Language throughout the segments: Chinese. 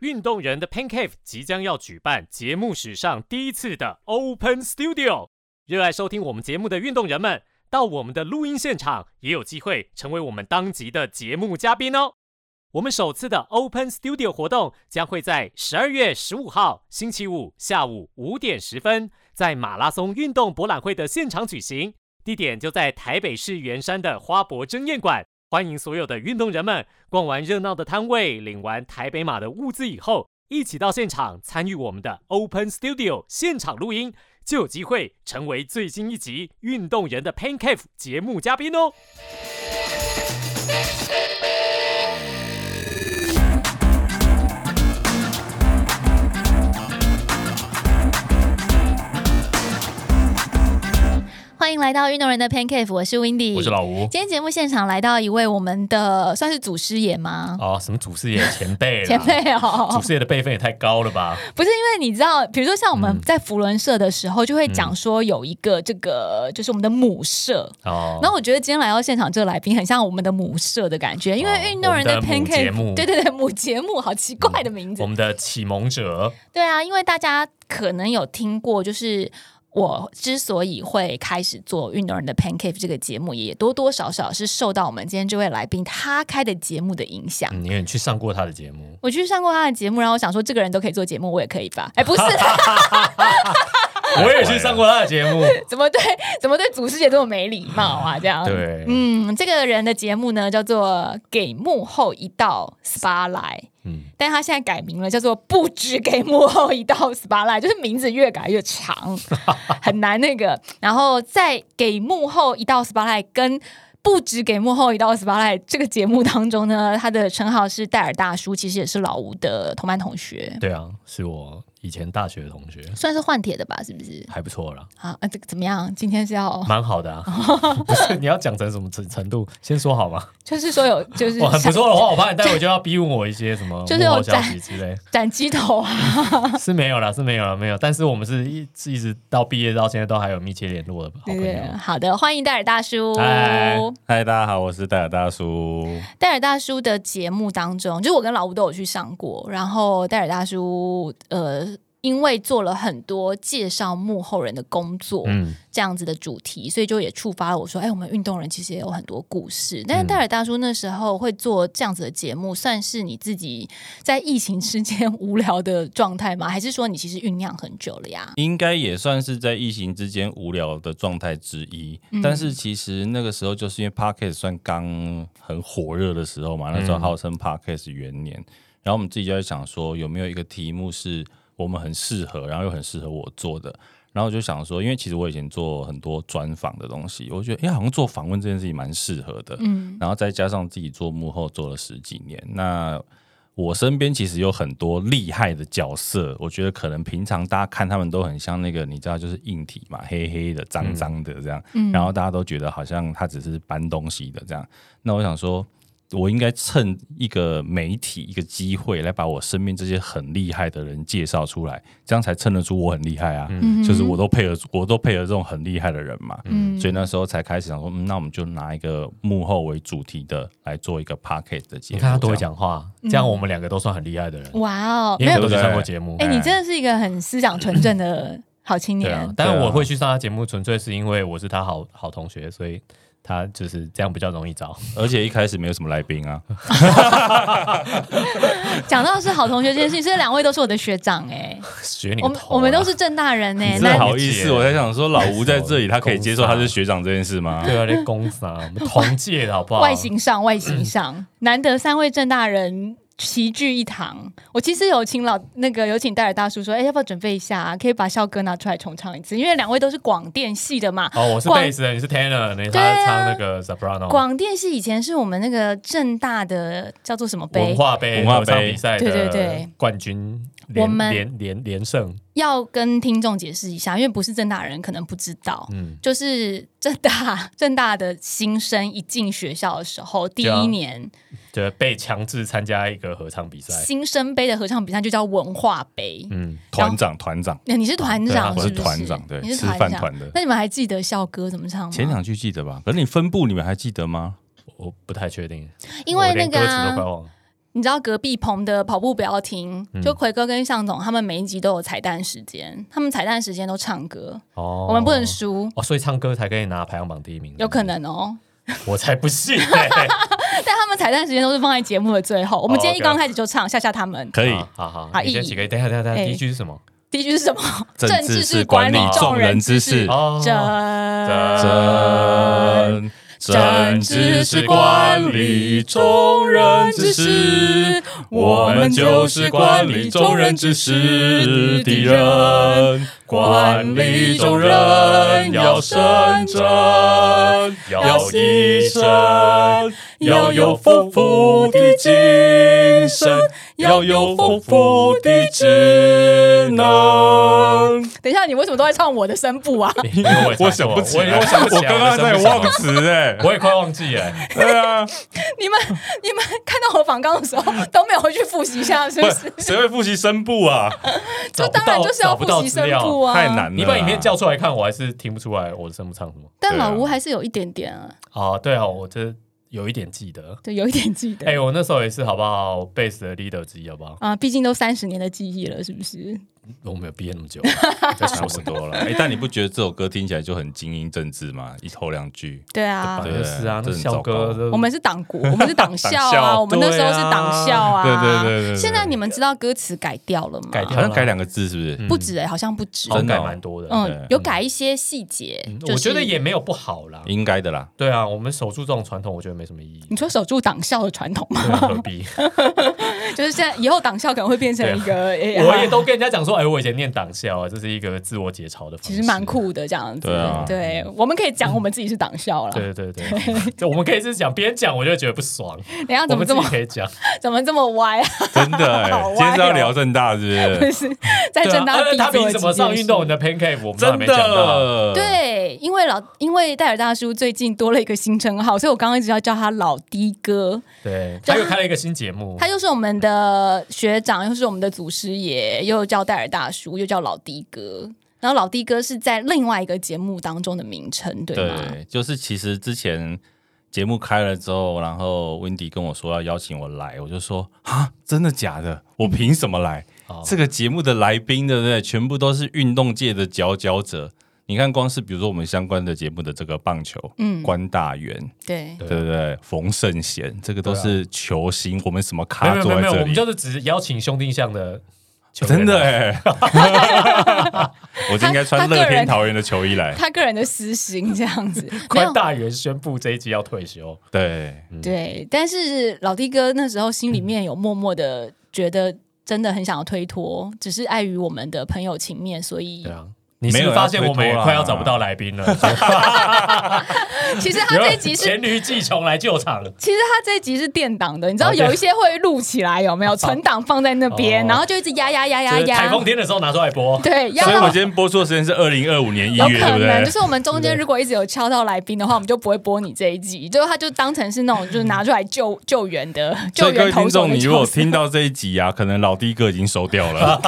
运动人的 Pancave 即将要举办节目史上第一次的 Open Studio。热爱收听我们节目的运动人们，到我们的录音现场也有机会成为我们当集的节目嘉宾哦。我们首次的 Open Studio 活动将会在十二月十五号星期五下午五点十分，在马拉松运动博览会的现场举行，地点就在台北市圆山的花博争艳馆。欢迎所有的运动人们逛完热闹的摊位，领完台北马的物资以后，一起到现场参与我们的 Open Studio 现场录音，就有机会成为最新一集《运动人的 Pancave》节目嘉宾哦。欢迎来到运动人的 Pancave，我是 Windy，我是老吴。今天节目现场来到一位我们的算是祖师爷吗？哦，什么祖师爷前辈啦？前辈祖哦，师爷的辈分也太高了吧？不是因为你知道，比如说像我嗯们在福伦社的时候，就会讲说有一个这个就是我们的母社，哦，然后我觉得今天来到现场这个来宾很像我们的母社的感觉，因哦为运动人的我们的母 Pancake，、节目对对对，母节目好奇怪的名字，我们的启蒙者，对啊，因为大家可能有听过，就是我之所以会开始做《运动人的 Pancake》这个节目，也多多少少是受到我们今天这位来宾他开的节目的影响。嗯，因为你去上过他的节 目，我去上过他的节目，然后我想说，这个人都可以做节目，我也可以吧？哎，不是， 我也去上过他的节目，怎么对怎么对祖师爷这么没礼貌啊？这样，对，嗯，这个人的节目呢叫做《给幕后一道 SPA 来》，嗯，但他现在改名了，叫做“不止给幕后一道 SPA 来”，就是名字越改越 长，很难那个。然后在“给幕后一道 SPA 来”跟“不止给幕后一道 SPA 来”这个节目当中呢，他的称号是戴尔大叔，其实也是老吴的同班同学，对啊，是我以前大学的同学，算是换帖的吧？是不是？还不错啦。啊，啊这个怎么样？今天 是要，蛮好 的啊，不是你要讲成什么程程度，先说好吗？就是说有，就是哇，很不错的话，我怕你待会就要逼问我一些什么 就是幕有后消在息之类，斩鸡头啊！是没有啦，是没有啦，没有。但是我们是一是一直到毕业到现在都还有密切联络的好对朋对，啊哦友。嗯好的，欢迎戴尔大叔。嗨嗨，大家好，我是戴尔大叔。戴尔大叔的节目当中，就是我跟老吴都有去上过，然后戴尔大叔呃，因为做了很多介绍幕后人的工作、嗯，这样子的主题，所以就也触发了我说，哎，我们运动人其实也有很多故事。嗯但是戴尔大叔那时候会做这样子的节目，算是你自己在疫情之间 无聊的状态吗？还是说你其实酝酿很久了呀？应该也算是在疫情之间无聊的状态之一，但是其实那个时候就是因为 Podcast 算刚很火热的时候嘛，那时候号称 Podcast 元年，然后我们自己就在想说有没有一个题目是我们很适合，然后又很适合我做的。然后我就想说，因为其实我以前做很多专访的东西，我觉得哎，好像做访问这件事情蛮适合的。嗯，然后再加上自己做幕后做了十几年，那我身边其实有很多厉害的角色，我觉得可能平常大家看他们都很像那个，你知道，就是硬体嘛，黑黑的、脏脏的这样，然后大家都觉得好像他只是搬东西的这样。那我想说，我应该趁一个媒体一个机会来把我身边这些很厉害的人介绍出来，这样才衬得出我很厉害啊。嗯就是我都配合，我都配合这种很厉害的人嘛。所以那时候才开始想说，嗯，那我们就拿一个幕后为主题的来做一个 p o c k e t 的节你目。看他这多会样讲话，嗯这样我们两个都算很厉害的人，哇哦，因没为有都，对去不对上过节目哎、。你真的是一个很思想纯正的好青对年。啊，但是对啊我会去上他节目，纯粹是因为我是他好好同学，所以他就是这样比较容易找。 而且一开始没有什么来宾啊，讲到是好同学这件事情，这两位都是我的学长哎、学你我个们头啊我们都是正大人哎、你真那难的 好意你姐思，我在想说老吴啊在这里，他可以接受他是学长这件事吗？对啊，那公司啊，我们同届的好不好？嗯外形上外形上，难得三位正大人齐聚一堂。我其实有请老那个有请戴尔大叔说，哎、要不要准备一下、啊，可以把校歌拿出来重唱一次，因为两位都是广电系的嘛。哦，我是广贝斯的，你是 tenor，你对他啊唱那个 soprano 广电系以前是我们那个正大的叫做什么文杯，化杯文化合唱杯比赛对对的对冠军，我连们连连连胜，要跟听众解释一下，因为不是正大人可能不知道，嗯就是正大正大的新生一进学校的时候，第对啊一年就是被强制参加一个合唱比赛。新生杯的合唱比赛就叫文化杯。嗯，团长，团长，那你是团长啊我是是不是？团长，对，你是吃团饭长。团的。那你们还记得校歌怎么唱吗？前两句记得吧？可是你分部你们还记得吗？我不太确定，因为那个我连歌词都快啊、忘了。你知道隔壁棚的跑步不要停，就奎哥跟向总他们每一集都有彩蛋时间，他们彩蛋时间都唱歌，哦我们不能输，哦，所以唱歌才可以拿排行榜第一名，有可能哦。 我才不信、欸。但他们彩蛋时间都是放在节目的最后，我们今天一 OK 刚开始就唱，吓吓他们。哦啊 可以好好好，啊你先意义几个，等一下等一下等一下，哎第一句是什么？第一句是什么？政治治是是管管理众众人之之事哦哦真呃真真知识管理众人之事我们就是管理众人之事的人，管理众人要伸慎展，要一生，要有丰富的精神，要有丰富的职能。等一下，你为什么都在唱我的声部啊？因为我也我想想不不起起来来，我想不我起来刚刚我真在的不忘词哎，我也快忘记 了、对啊，你们你们看到我仿纲的时候都没有回去复习一下，是不不是是？谁会复习声部啊？找就不到当然就是要找不到复习资声料部啊，太难了。你把影片叫出来看，我还是听不出来我的声部唱什么但老对啊吴还是有一点点啊，啊？对啊，我这有一点记得。对，有一点记哎、得我那时候也是，好不好？贝斯的 leader 之一，好不好？啊，毕竟都三十年的记忆了，是不是？我没有毕业那么 久，在说什多了。哎，但你不觉得这首歌听起来就很精英政治吗？一头两句，对啊反，对正是啊，那真的校歌糟糕都我们是党国，我们是党校党啊，校我们那时候是党校啊，对啊对对对对对现在你们知道歌词改掉了吗？改掉好像改两个字是不嗯是？不止哎，好像不止，好像真的改哦蛮多的。嗯对，有改一些细节嗯，就是我觉得也没有不好啦。应该的啦。对啊，我们守住这种传统，我觉得没什么意义 你。说守住党校的传统 吗？对啊何 必？就是现在以后党校可能会变成一个， 哎啊我也都跟人家讲说，哎、我以前念党校啊，这是一个自我解嘲的方式。其实蛮。酷的这样子对啊。对，我们可以讲我们自己是党校了。对对对，就我们可以是讲，别人讲我就会觉得不爽， 等一下我怎么们这自己么可以讲。 怎么这么歪啊？真的哎好，今天是歪哦要聊正大是不？就是是在对啊正大呃逼他做凭的什么几件上运动事？的 pancake？我们都还真没讲到。的，对，因为老因为戴尔大叔最近多了一个新称号，所以我刚刚一直要叫他老的哥。对，就他又开了一个新节目，他又是我们的学长，又是我们的祖师爷，又叫戴尔大叔，又叫老的哥。然后老的哥是在另外一个节目当中的名称，对吗？对，就是其实之前节目开了之后，然后 Wendy 跟我说要邀请我来，我就说啊，真的假的？我凭什么来？哦这个节目的来宾，对不对？全部都是运动界的佼佼者。你看，光是比如说我们相关的节目的这个棒球，嗯关大元，对对对不对？冯圣贤，这个都对啊是球星，我们什么没有咖没有坐没有在没有，这我们里？就是只邀请兄弟像的球员啊，真的哎、 我就应该穿他他个乐天人桃园的球衣来。他个人的私心这样 子，没关有大元宣布这一季要退休，对，对。但是老的哥那时候心里面有默默的觉得，真的很想要推脱，只是碍于我们的朋友情面，所以对啊。你是不没有是要发现我们也推脱啊啦快要找不到来宾 了？其实他这一集是黔驴技穷来救场，其实他这一集是垫档的，你知道哦对啊有一些会录起来有没 有？存档放在那边，哦然后就一直压压压压就是台压风，天的时候拿出来播。对，压所以到我今天播出的时间是二零二五年一有月，对可不能对就？是我们中间如果一直有敲到来宾的话，我们就不会播你这一集，就他就当成是那种就是拿出来救救援的所救以各援位投听手众，的你如果角色。听到这一集啊，可 能老的哥已经收掉了。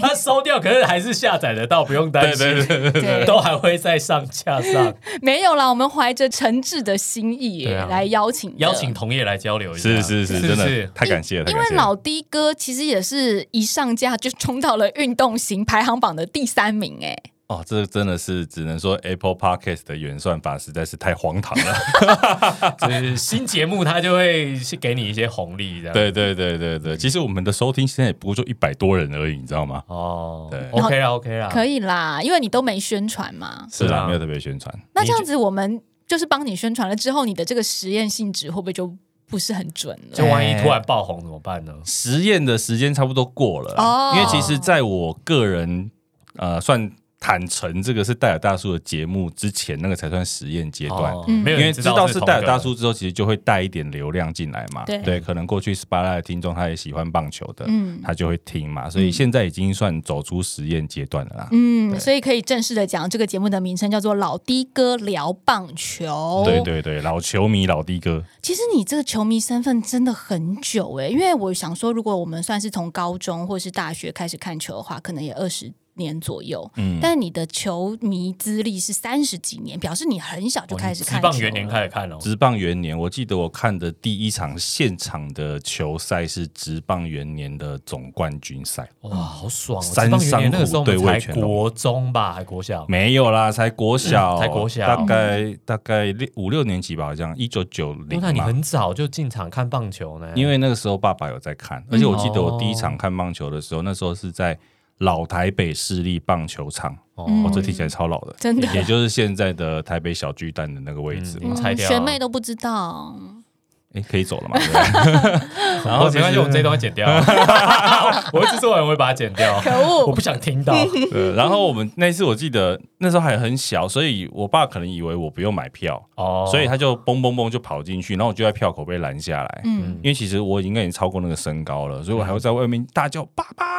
他收掉，可是还是下载得到，不用担对心，对对对，对，都还会再上架 上。没有啦，我们怀着诚挚的心意对啊来邀请的邀请同业来交流一下，是是是，不真的太感谢了，太因感为谢了。老的哥其实也是一上架就冲到了运动型排行榜的第三名，哎，哦，这真的是只能说 Apple Podcast 的原算法实在是太荒唐了。就是新节目，他就会给你一些红利，这样。对对对对对，其实我们的收听现在也不过就一百多人而已，你知道吗？哦对，OK 啦，OK 啊啦，可以。以啦，因为你都没宣传嘛。是对啊啦，没有特别宣传。那这样子，我们就是帮你宣传了之后，你的这个实验性质会不会就不是很准就了？万一突然爆红怎么办呢？实验的时间差不多过了啦，哦因为其实在我个人呃算坦诚，这个是戴尔大叔的节目之前那个才算实验阶段。哦嗯没有因为人知道道是同戴尔个大人叔之后，其实就会带一点流量进来嘛。对可能过去 s p a 的听众他也喜欢棒球的，嗯他就会听嘛。所以现在已经算走出实验阶段了啦。嗯，所以可以正式的讲，这个节目的名称叫做“老的哥聊棒球”。对，对对，老球迷老的哥，其实你这个球迷身份真的很欸久诶、因为我想说，如果我们算是从高中或是大学开始看球的话，可能也二十年左右，嗯，但你的球迷资历是三十几年，表示你很小就开始职看棒球元年了开始看哦，职棒元年，我记得我看的第一场现场的球赛是职棒元年的总冠军赛，哇，好爽哦！三职棒元年那个时候我山们虎对才味全龙国中吧，还国小，没有啦，才国小，嗯才国小大概大概六五六年级吧，好像一九九零哦那你嘛。很早就进场看棒球呢？因为那个时候爸爸有在嗯看，而且我记得我第一哦场看棒球的时候，那时候是在老台北市立棒球场，哦嗯哦，这听起来超老的，真的也就是现在的台北小巨蛋的那个位置嘛嗯。拆掉啊学妹都不知道，哎，可以走了嘛？对不 对然后哦其实没关系，我们这一段会剪掉。我会制作人会把它剪掉，可恶我不想听到。对，然后我们那次我记得那时候还很小，所以我爸可能以为我不用买票，哦，所以他就嘣嘣嘣就跑进去，然后我就在票口被拦下来，嗯，因为其实我应该已经超过那个身高了，所以我还会在外面大叫爸爸。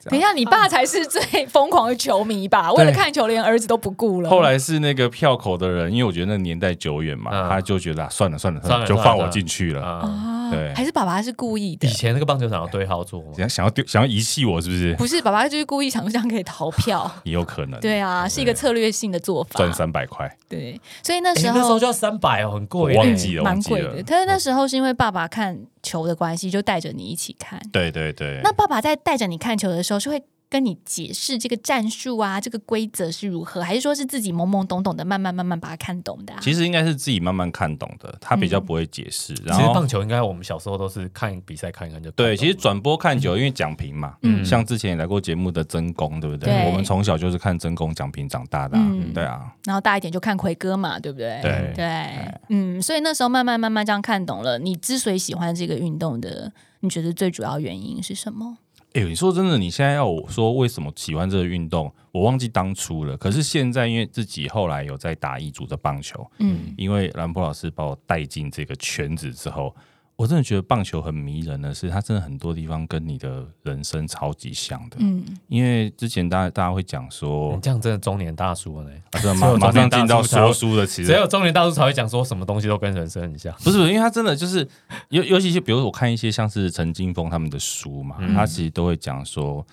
这等一样下，你爸才是最疯狂的球迷吧？为了看球，连儿子都不顾了。后来是那个票口的人，因为我觉得那个年代久远嘛，嗯他就觉得、啊、算了算了算了就算了放算我了进去了。啊，啊对，还是爸爸是故意的以，前那个棒球场有对号坐吗？想想要丢想要遗弃我是不是？不是爸爸就是故意想这样可以逃 票。也有可能。对啊，是一个策略性的做法赚。三百块，对，所以那诶时那时候候就要三百哦，很我贵耶。忘记了，忘嗯蛮记贵了嗯的。。但是那时候是因为爸爸看球的关系，就带着你一起看。对对对那，爸爸在带着你看球的时候，是会跟你解释这个战术啊，这个规则是如何，还是说是自己懵懵懂懂的，慢慢慢慢把它看懂的、啊？其实应该是自己慢慢看懂的，他比较嗯不会解释。其然实后棒球应该我们小时候都是看比赛看一看就看对，懂其实转播看久，因为讲评嘛，哦嗯像之前也来过节目的曾公，对不对？对我们从小就是看曾公讲评长大的、啊，嗯对啊，然后大一点就看奎哥嘛，对不对？对哎嗯，所以那时候慢慢慢慢这样看懂了。你之所以喜欢这个运动的，你觉得最主要原因是什么？哎、你说真的，你现在要我说为什么喜欢这个运动，我忘记当初了。可是现在因为自己后来有在打一组的棒球，嗯因为兰波老师把我带进这个圈子之后，我真的觉得棒球很迷人的是，它真的很多地方跟你的人生超级像的。嗯，因为之前大家大家会讲说你，这样真的中年大叔了呢。啊，真的只有马马中年上大进到叔才会说书的其只实。有中年大叔才会讲说什么东西都跟人生很像。不是，因为他真的就是，尤尤其是比如我看一些像是陈金峰他们的书嘛，嗯他其实都会讲说，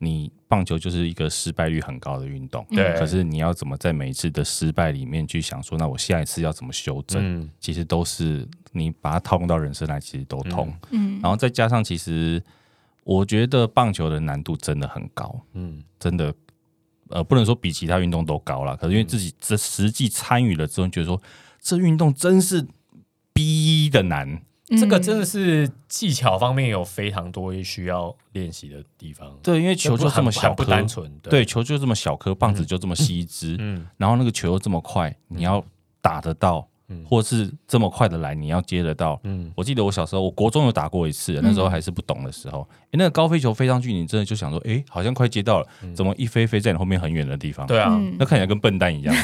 你棒球就是一个失败率很高的运动，嗯嗯对可是你要怎么在每一次的失败里面去想说，那我下一次要怎么修正？嗯，其实都是你把它套用到人生来，其实都通。嗯然后再加上，其实我觉得棒球的难度真的很高，嗯，真的，呃，不能说比其他运动都高了，可是因为自己这实际参与了之后，你觉得说这运动真是逼的难，这个真的的是技巧方面有非常多需要练习的地方。对，因为球就这么小很不颗，单纯。对，，球就这么小颗，棒子就这么细支，嗯，然后那个球又这么快，你要打得到，嗯或是这么快的来，你要接得到。嗯我记得我小时候，我国中有打过一次，那时候还是不懂的时候，诶那个高飞球飞上去，你真的就想说，诶，好像快接到了，怎么一飞飞在你后面很远的地方？对啊，嗯那看起来跟笨蛋一 样。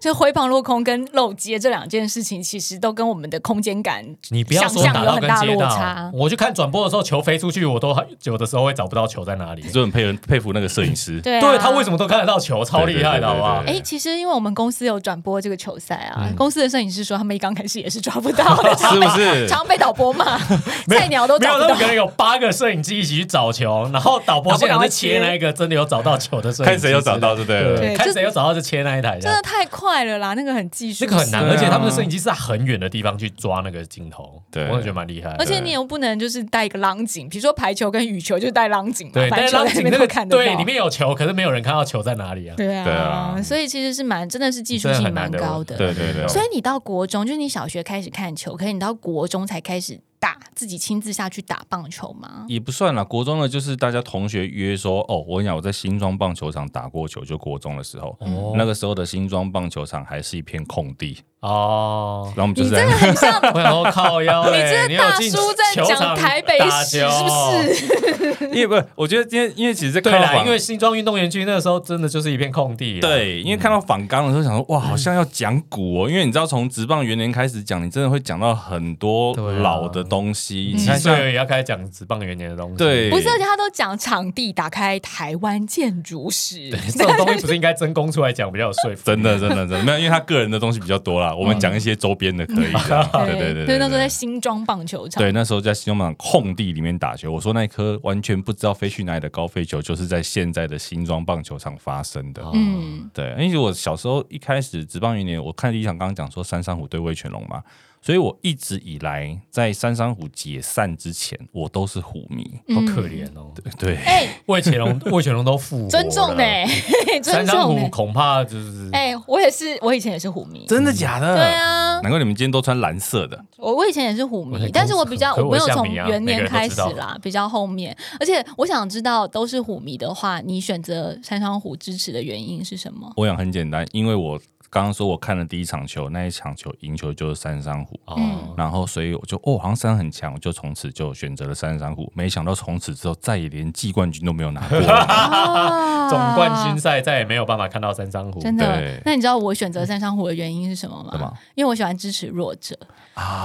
就挥棒落空跟漏接这两件事情，其实都跟我们的空间感，你不要说想打象有到很跟大接落到差，我去看转播的时候，球飞出去，我都有的时候会找不到球在哪里。啊就很佩服佩服那个摄影师。对、啊，对他为什么都看得到球，超厉害的，对对对对好不好？哎、其实因为我们公司有转播这个球赛啊，嗯公司的摄影师说他们一刚开始也是抓 不到的，常被是不是常被导播骂，没有菜鸟都没找有，不他到们可。能有八个摄影机一起去找球，然后导播现场就切那一个真的有找到球的摄影机，看谁有找到，对不对了？对看就谁有找到就切那一台，这真样的太快了啦，那个很技术，这个很难，对啊而且他们的摄影机是在很远的地方去抓那个镜头，对我也觉得蛮厉害的。而且你也不能就是带一个浪景，比如说排球跟羽球就带浪景嘛，对，排但是球拉在那景边那都个看得到，对里面有球，可是没有人看到球在哪里啊。对啊，对啊所以其实是蛮真的是技术真的性很难蛮的高的，对对对，所以你到国中，就是你小学开始看球，可是你到国中才开始打自己亲自下去打棒球吗？也不算啦，国中的就是大家同学约说，哦，我跟你讲，我在新庄棒球场打过球，就国中的时候，嗯哦那个时候的新庄棒球场还是一片空地，哦然，后我们就你是真在的很 像我想说靠腰你嘞，这你个有大进叔在球讲场台北打史球是不是？因为不是，我觉得因为因为其实在对看到啦，访因为嗯新庄运动园区那时候真的就是一片空地啦。啊对，因为看到访纲的时候，想说哇，嗯好像要讲古哦，因为你知道从职棒元年开始讲，你真的会讲到很多对啊嗯老的东西。你你七看像岁也要开始讲职棒元年的东西。对不是，而啊且他都讲场地，打开台湾建筑史。 这种东西不是应该真公出来讲比较有说服力？ 真的真的真的没有，因为他个人的东西比较多啦，啦，我嗯们讲一些周边的可以 这样。对对对所对，以那时候在对新庄棒球场，对，那时候在新庄棒空地里面打球，我说那颗完全不知道飞去哪里的高飞球，就是在现在的新庄棒球场发生哦的。嗯，对，因为我小时候一开始职棒元年，我看第一场刚刚讲说三山虎对魏全龙嘛，所以我一直以来在三山虎解散之前，我都是虎迷。嗯好可怜哦。对，哎、魏潜龙， 魏潜龙都复活了尊重呢、欸哎 尊三张重呢、虎恐怕就是哎、我也是，我以前也是虎迷，真的假的对啊，难怪你们今天都穿蓝色的。我我以前也是虎我在迷，公但是我比较可我我没有像从你一样元每个年人都开知始道啦，比较后面。而且我想知道，都是虎迷的话，你选择三商虎支持的原因是什么？我想很简单，因为我刚刚说我看了第一场球，那一场球赢球就是三山虎，嗯哦，然后所以我就哦，好像三很强，我就从此就选择了三山虎。没想到从此之后再也连季冠军都没有拿过了。啊 总冠军赛再也没有办法看到三张虎。真的对？那你知道我选择三商虎的原因是什么吗？什么啊因为我喜欢支持弱者。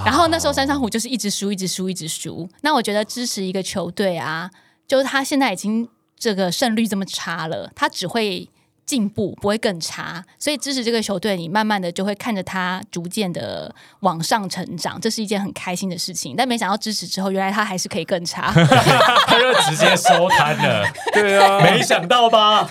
然后那时候三商虎就是一直输，一直输，一直输。那我觉得支持一个球队啊，就是他现在已经这个胜率这么差了，他只会。进步不会更差，所以支持这个球队，你慢慢的就会看着他逐渐的往上成长，这是一件很开心的事情。但没想到支持之后，原来他还是可以更 差。他就直接收摊 了。对啊，没想到吧？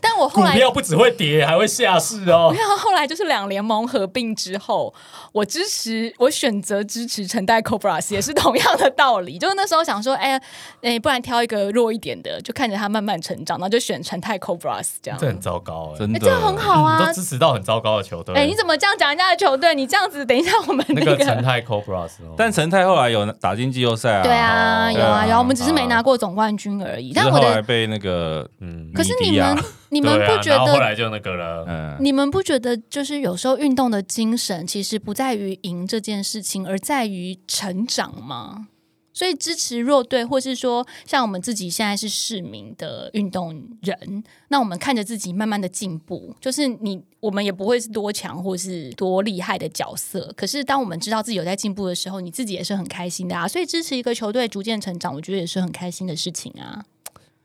但我后股来票不只会跌，还会下市哦。然后后来就是两联盟合并之后，我支持我选择支持陈代 Cobras 也是同样的道理，就是那时候想说，哎、哎，不然挑一个弱一点的，就看着他慢慢成长，然后就选陈代 Cobras 这样。这很糟糕哎， 真的，这很好你啊都！支持到很糟糕的球队。哎、你怎么这样讲人家的球队？你这样子，等一下我们那那个个。陈泰 Cobras，哦但陈泰后来有打进季后赛啊，对啊，有啊，对啊有啊，我们只是没拿过总冠军而已。只但是我后来的，被那个嗯，可是米你迪亚们，你们对啊不觉然后后得来就那个了，嗯，你们不觉得，就是有时候运动的精神其实不在于赢这件事情，而在于成长吗？所以支持弱队，或是说像我们自己现在是市民的运动人，那我们看着自己慢慢的进步，就是你我们也不会是多强或是多厉害的角色，可是当我们知道自己有在进步的时候，你自己也是很开心的啊。所以支持一个球队逐渐成长，我觉得也是很开心的事情啊。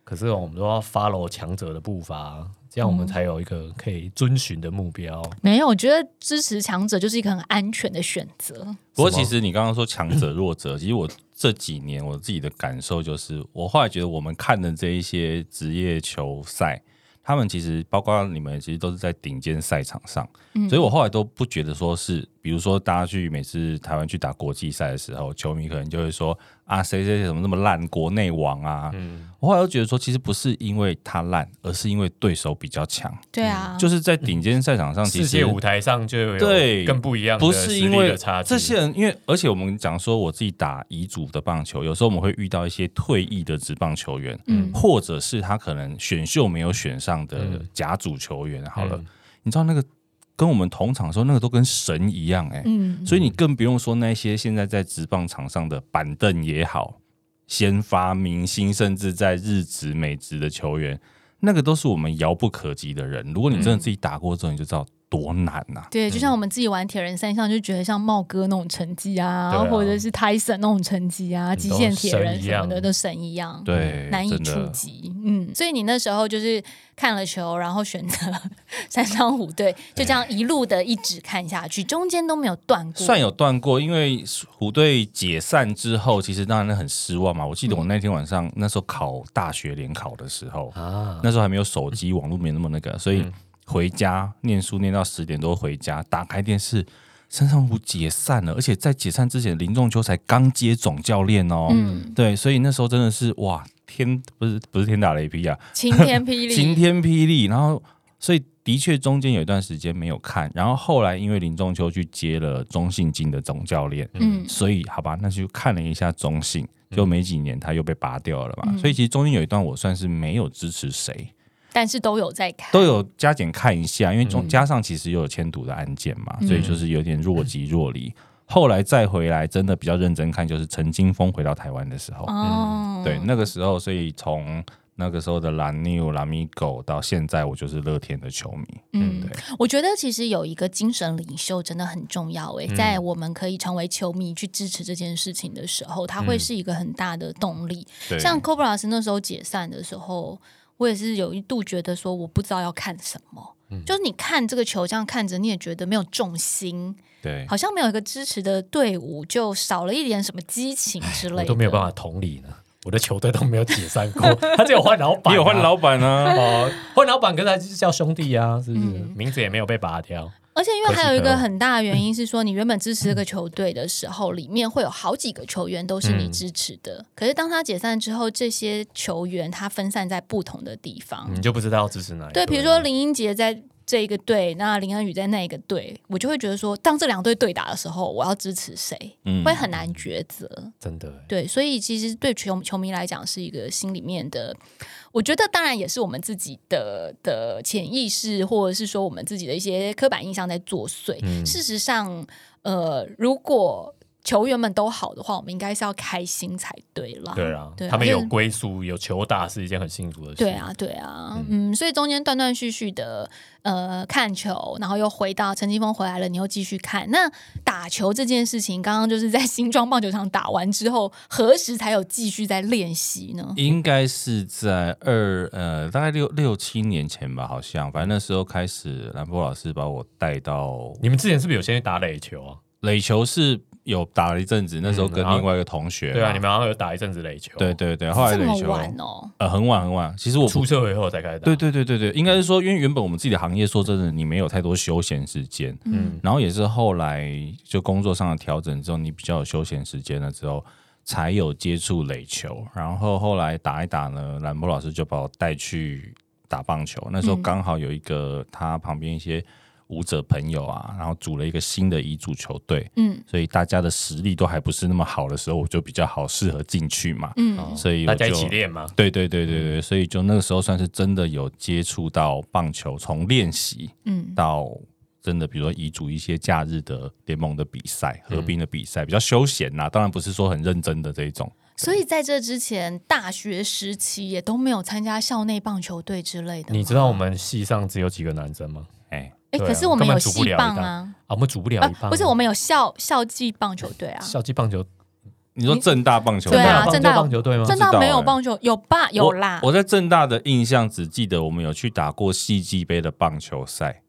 可是我们都要 follow 强者的步伐，这样我们嗯才有一个可以遵循的目标。没有，我觉得支持强者就是一个很安全的选择。不过其实你刚刚说强者 弱者，其实我这几年我自己的感受就是，我后来觉得我们看的这一些职业球赛，他们其实包括你们，其实都是在顶尖赛场上，嗯所以我后来都不觉得说是，比如说大家去每次台湾去打国际赛的时候，球迷可能就会说啊谁谁谁怎么那么烂，国内王啊，嗯我后来都觉得说，其实不是因为他烂，而是因为对手比较强，对啊，就是在顶尖赛场上，其世实界舞台上就有对更不一样的不是因实力为的差距。这些人，因为而且我们讲说，我自己打乙组的棒球，有时候我们会遇到一些退役的职棒球员，嗯或者是他可能选秀没有选上的嗯甲组球员。好了，你知道那个跟我们同场的时候，那个都跟神一样哎、嗯，所以你更不用说那些现在在职棒场上的板凳也好，先发明星，甚至在日职、美职的球员，那个都是我们遥不可及的人。如果你真嗯的自己打过之后，你就知道多难啊呐、对，就像我们自己玩铁人三项，就觉得像茂哥那种成绩啊，对啊或者是 Tyson 那种成绩啊，都极限铁人什么神一的样都神一样，对，嗯难以真的触及。嗯，所以你那时候就是看了球，然后选择 三商虎队，就这样一路的一直看下去，中间都没有断过。算有断过，因为虎队解散之后，其实当然很失望嘛。我记得我那天晚上、那时候考大学联考的时候，啊，那时候还没有手机，网络没那么那个，所以回家念书念到十点多回家，打开电视，三上虎解散了，而且在解散之前，林仲秋才刚接总教练哦。嗯，对，所以那时候真的是哇，天不是不是天打雷劈啊，晴天霹 晴雳，天霹雳。然后，所以的确中间有一段时间没有看，然后后来因为林仲秋去接了中信金的总教练，嗯所以好吧，那就看了一下中信，就没几年他又被拔掉了嘛。嗯所以其实中间有一段我算是没有支持谁，但是都有在看，都有加减看一下，因为中嗯加上其实又有迁赌的案件嘛，嗯所以就是有点若即若离。后来再回来，真的比较认真看，就是陈金峰回到台湾的时候，哦，嗯对，那个时候，所以从那个时候的蓝牛、蓝米狗到现在，我就是乐天的球迷。嗯对，我觉得其实有一个精神领袖真的很重要诶、嗯在我们可以成为球迷去支持这件事情的嗯时候，它会是一个很大的动力。对，像 Cobras 那时候解散的时候，我也是有一度觉得说，我不知道要看什么。嗯就是你看这个球这样看着，你也觉得没有重心，对，好像没有一个支持的队伍，就少了一点什么激情之类我的。都没有办法同理呢。我的球队都没有解散 过，他只有换老板、你有换老 板啊？哦，换老板跟他就是叫兄弟啊，是不是？嗯名字也没有被拔掉。而且因为可喜还有一可个贺很大的原因是说，你原本支持这个球队的时候，里面会有好几个球员都是你嗯支持的。可是当他解散之后，这些球员他分散在不同的地嗯方。你就不知道支持哪一对，队比如说林英杰在这一个队，那林恩宇在那一个队，我就会觉得说，当这两队对打的时候，我要支持谁，嗯会很难抉择。真的欸，对，所以其实对球球迷来讲是一个心里面的，我觉得当然也是我们自己的的潜意识，或者是说我们自己的一些刻板印象在作祟。嗯事实上，呃，如果球员们都好的话，我们应该是要开心才对啦。对啊对，啊他们有就是归宿，有球打是一件很幸福的事。对，啊，对啊，嗯，所以中间断断续续的，呃，看球，然后又回到陈金峰回来了，你又继续看。那打球这件事情，刚刚就是在新庄棒球场打完之后，何时才有继续在练习呢？ 应该是在二呃，大概六六七年前吧，好像，反正那时候开始，兰波老师把我带到你们之前是不是有先去打垒球啊？垒球是有打了一阵子，那时候跟嗯然后另外一个同学嘛，对啊，你们好像有打一阵子垒球。啊对，对对，后来这垒么球晚哦，呃很晚很晚，其实我不出社会后才开始打。对对对对对，应该是说，因为原本我们自己的行业，说真的，你没有太多休闲时间，嗯嗯，然后也是后来就工作上的调整之后，你比较有休闲时间了之后，才有接触垒球，然后后来打一打呢，兰波老师就把我带去打棒球，那时候嗯刚好有一个他旁边一些舞者朋友啊，然后组了一个新的乙组球队，嗯所以大家的实力都还不是那么好的时候，我就比较好适合进去嘛，哦，嗯所以我大家一就起练嗯嘛。对对对对对，所以就那个时候算是真的有接触到棒球，从练习嗯到真的，比如说遗嘱一些假日的联盟的比赛、合嗯并的比赛，比较休闲呐、当然不是说很认真的这一种。所以在这之前，大学时期也都没有参加校内棒球队之类的吗。你知道我们系上只有几个男生吗？哎，哎，对啊可是我根们本有组不系了一棒档啊，啊，我们组不了啊一棒啊，不是我们有校校际棒球队啊，校际棒球，你说你正大棒球对啊棒正大球有棒球队吗？真知的啊道没有欸棒球，有吧？有我啦，我在正大的印象只记得我们有去打过戏剧杯的棒球赛，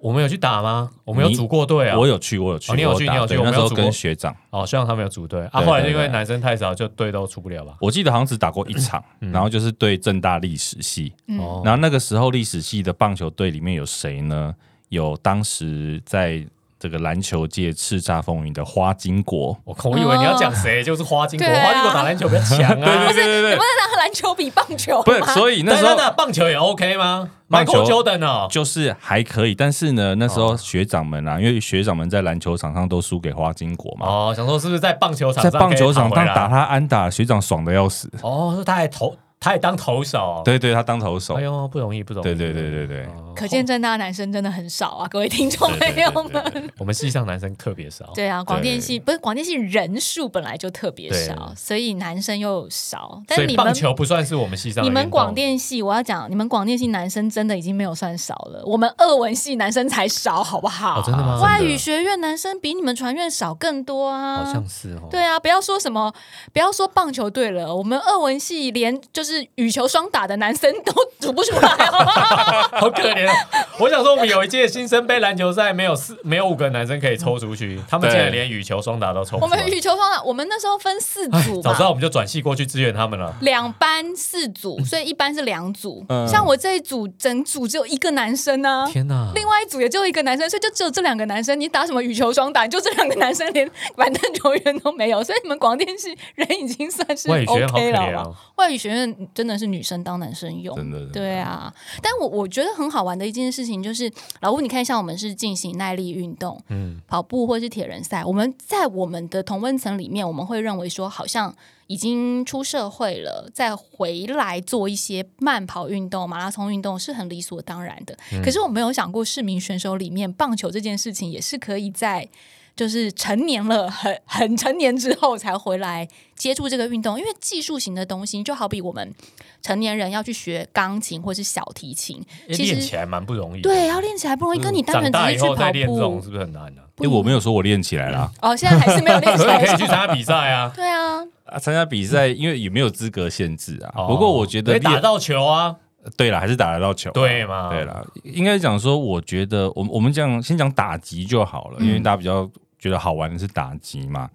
我们有去打吗？我们有你组过队啊。我有去，我有去，哦你有我去打你有去对我那们时有候组过跟学长，哦，希望他们有组队啊。对后来就对因为对男生太少，就队都出不了吧。我记得好像只打过一场，然后就是对正大历史系，嗯嗯哦，然后那个时候历史系的棒球队里面有谁呢？有当时在这个篮球界叱咤风云的花巾国，我靠，我以为你要讲谁，就是花金国，对啊花金国打篮球比较强啊。对对对不，是拿篮球比棒 球不是，吗？所以那但时那候那棒球也 OK 吗？棒球 Michael Jordan 哦，就是还可以，但是呢，那时候学长们啊，因为学长们在篮球场上都输给花巾国嘛，哦，想说是不是在棒球场在上棒球场可以上跑打回来？啊他安打，学长爽的要死，哦，他还投，他还当投手。，对对，他当投手哎，呦，不容易，不容易。对对对对对哦可见正大男生真的很少啊，各位听众对朋对友对对们。对我们系上男生特别少。对啊，广电系不是广电系人数本来就特别少，所以男生又少。但所是以你棒们球不算是我们系上的你运动。们广电系，我要讲你们广电系男生真的已经没有算少了，我们二文系男生才少，好不好？哦，真的吗？外语学院男生比你们传院少更多啊。好像是哦。对啊，不要说什么，不要说棒球队了，我们二文系连就是羽球双打的男生都组不出来、哦。好可怜、哦！我想说，我们有一届新生杯篮球赛，没有四，没有五个男生可以抽出嗯去，他们竟然连羽球双打都抽不我出来们羽球双打，我们那时候分四组哎早嘛知，道嗯我们就转系过去支援他们了。两班四组，所以一班是两组。嗯像我这一组，整组只有一个男生啊。天哪！另外一组也就一个男生，所以就只有这两个男生。你打什么羽球双打，你就这两个男生连 板凳球员都没有，所以你们广电系人已经算是外语学院好可 OK 了好怜不好哦，外语学院真的是女生当男生用，真的真的对啊。但我我觉得很好玩的一件事情就是，老吴，你看像我们是进行耐力运动，嗯嗯，跑步或是铁人赛，我们在我们的同温层里面，我们会认为说好像已经出社会了，再回来做一些慢跑运动、马拉松运动是很理所当然的。可是我没有想过，市民选手里面棒球这件事情也是可以在。就是成年了，很很成年之后才回来接触这个运动，因为技术型的东西，就好比我们成年人要去学钢琴或是小提琴，诶其实练起来蛮不容易的。对，要练起来不容易，跟嗯你单纯长大只以是去后再跑练这种步是不是很难呢、因为哎我没有说我练起来嗯啦，哦，现在还是没有练起所以 可来以。去参加比赛啊，对啊，啊参加比赛因为也没有资格限制啊哦， 不过我觉可得以打练到球啊，对了，还是打得到球啊，对嘛对了，应该讲说，我觉得我们我们讲先讲打击就好嗯了，因为大家比较觉得好玩的是打击嘛。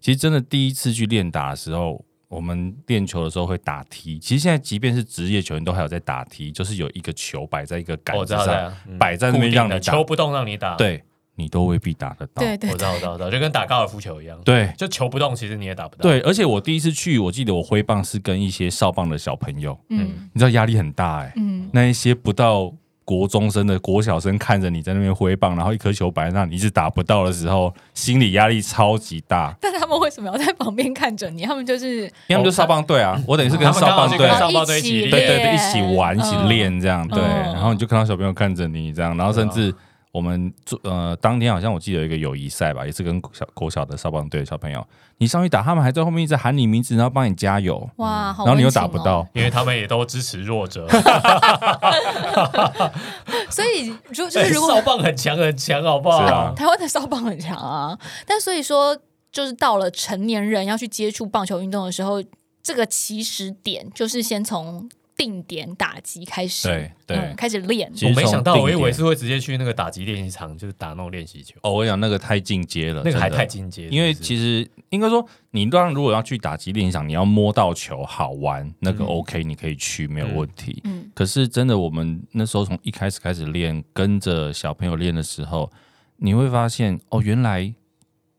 其实真的第一次去练打的时候，我们练球的时候会打踢。其实现在即便是职业球员，都还有在打踢，就是有一个球摆在一个杆我知子道上，的，嗯摆在那边固定让你的打球不动让你打，，对你都未必打得到。对对我知道，我知道，我知道，就跟打高尔夫球一样，，对就球不动，其实你也打不到，，对，而且我第一次去，我记得我挥棒是跟一些少棒的小朋友，嗯你知道压力很大哎、嗯，那一些不到国中生的国小生看着你在那边挥棒，然后一颗球摆那你一直打不到的时候，心理压力超级大。但他们为什么要在旁边看着你？他们就是因为他们就少棒队啊，我等于是跟少棒队对他们刚好是跟。少上哦报队一起起练对对对，练一起玩，一起嗯练这样，对。嗯然后你就看到小朋友看着你这样，然后甚至我们做呃，当天好像我记得有一个友谊赛吧，也是跟小国小的少棒队的小朋友，你上去打，他们还在后面一直喊你名字，然后帮你加油，哇，好然后你又温情打不哦到，因为他们也都支持弱者，所以如就是 如少果棒很强很强，好不是啊好？台湾的少棒很强啊，但所以说就是到了成年人要去接触棒球运动的时候，这个起始点就是先从定点打击开始，对对嗯开始练。其我实没想到，从定我以为点是会直接去那个打击练习场，就是打那种练习球，哦，我讲那个太进阶了，那个还真的太进阶了，因为是不是其实应该说，你当然如果要去打击练习场，你要摸到球好玩，那个嗯 OK，、你可以去没有问题。嗯可是真的，我们那时候从一开始开始练，跟着小朋友练的时候，你会发现哦，原来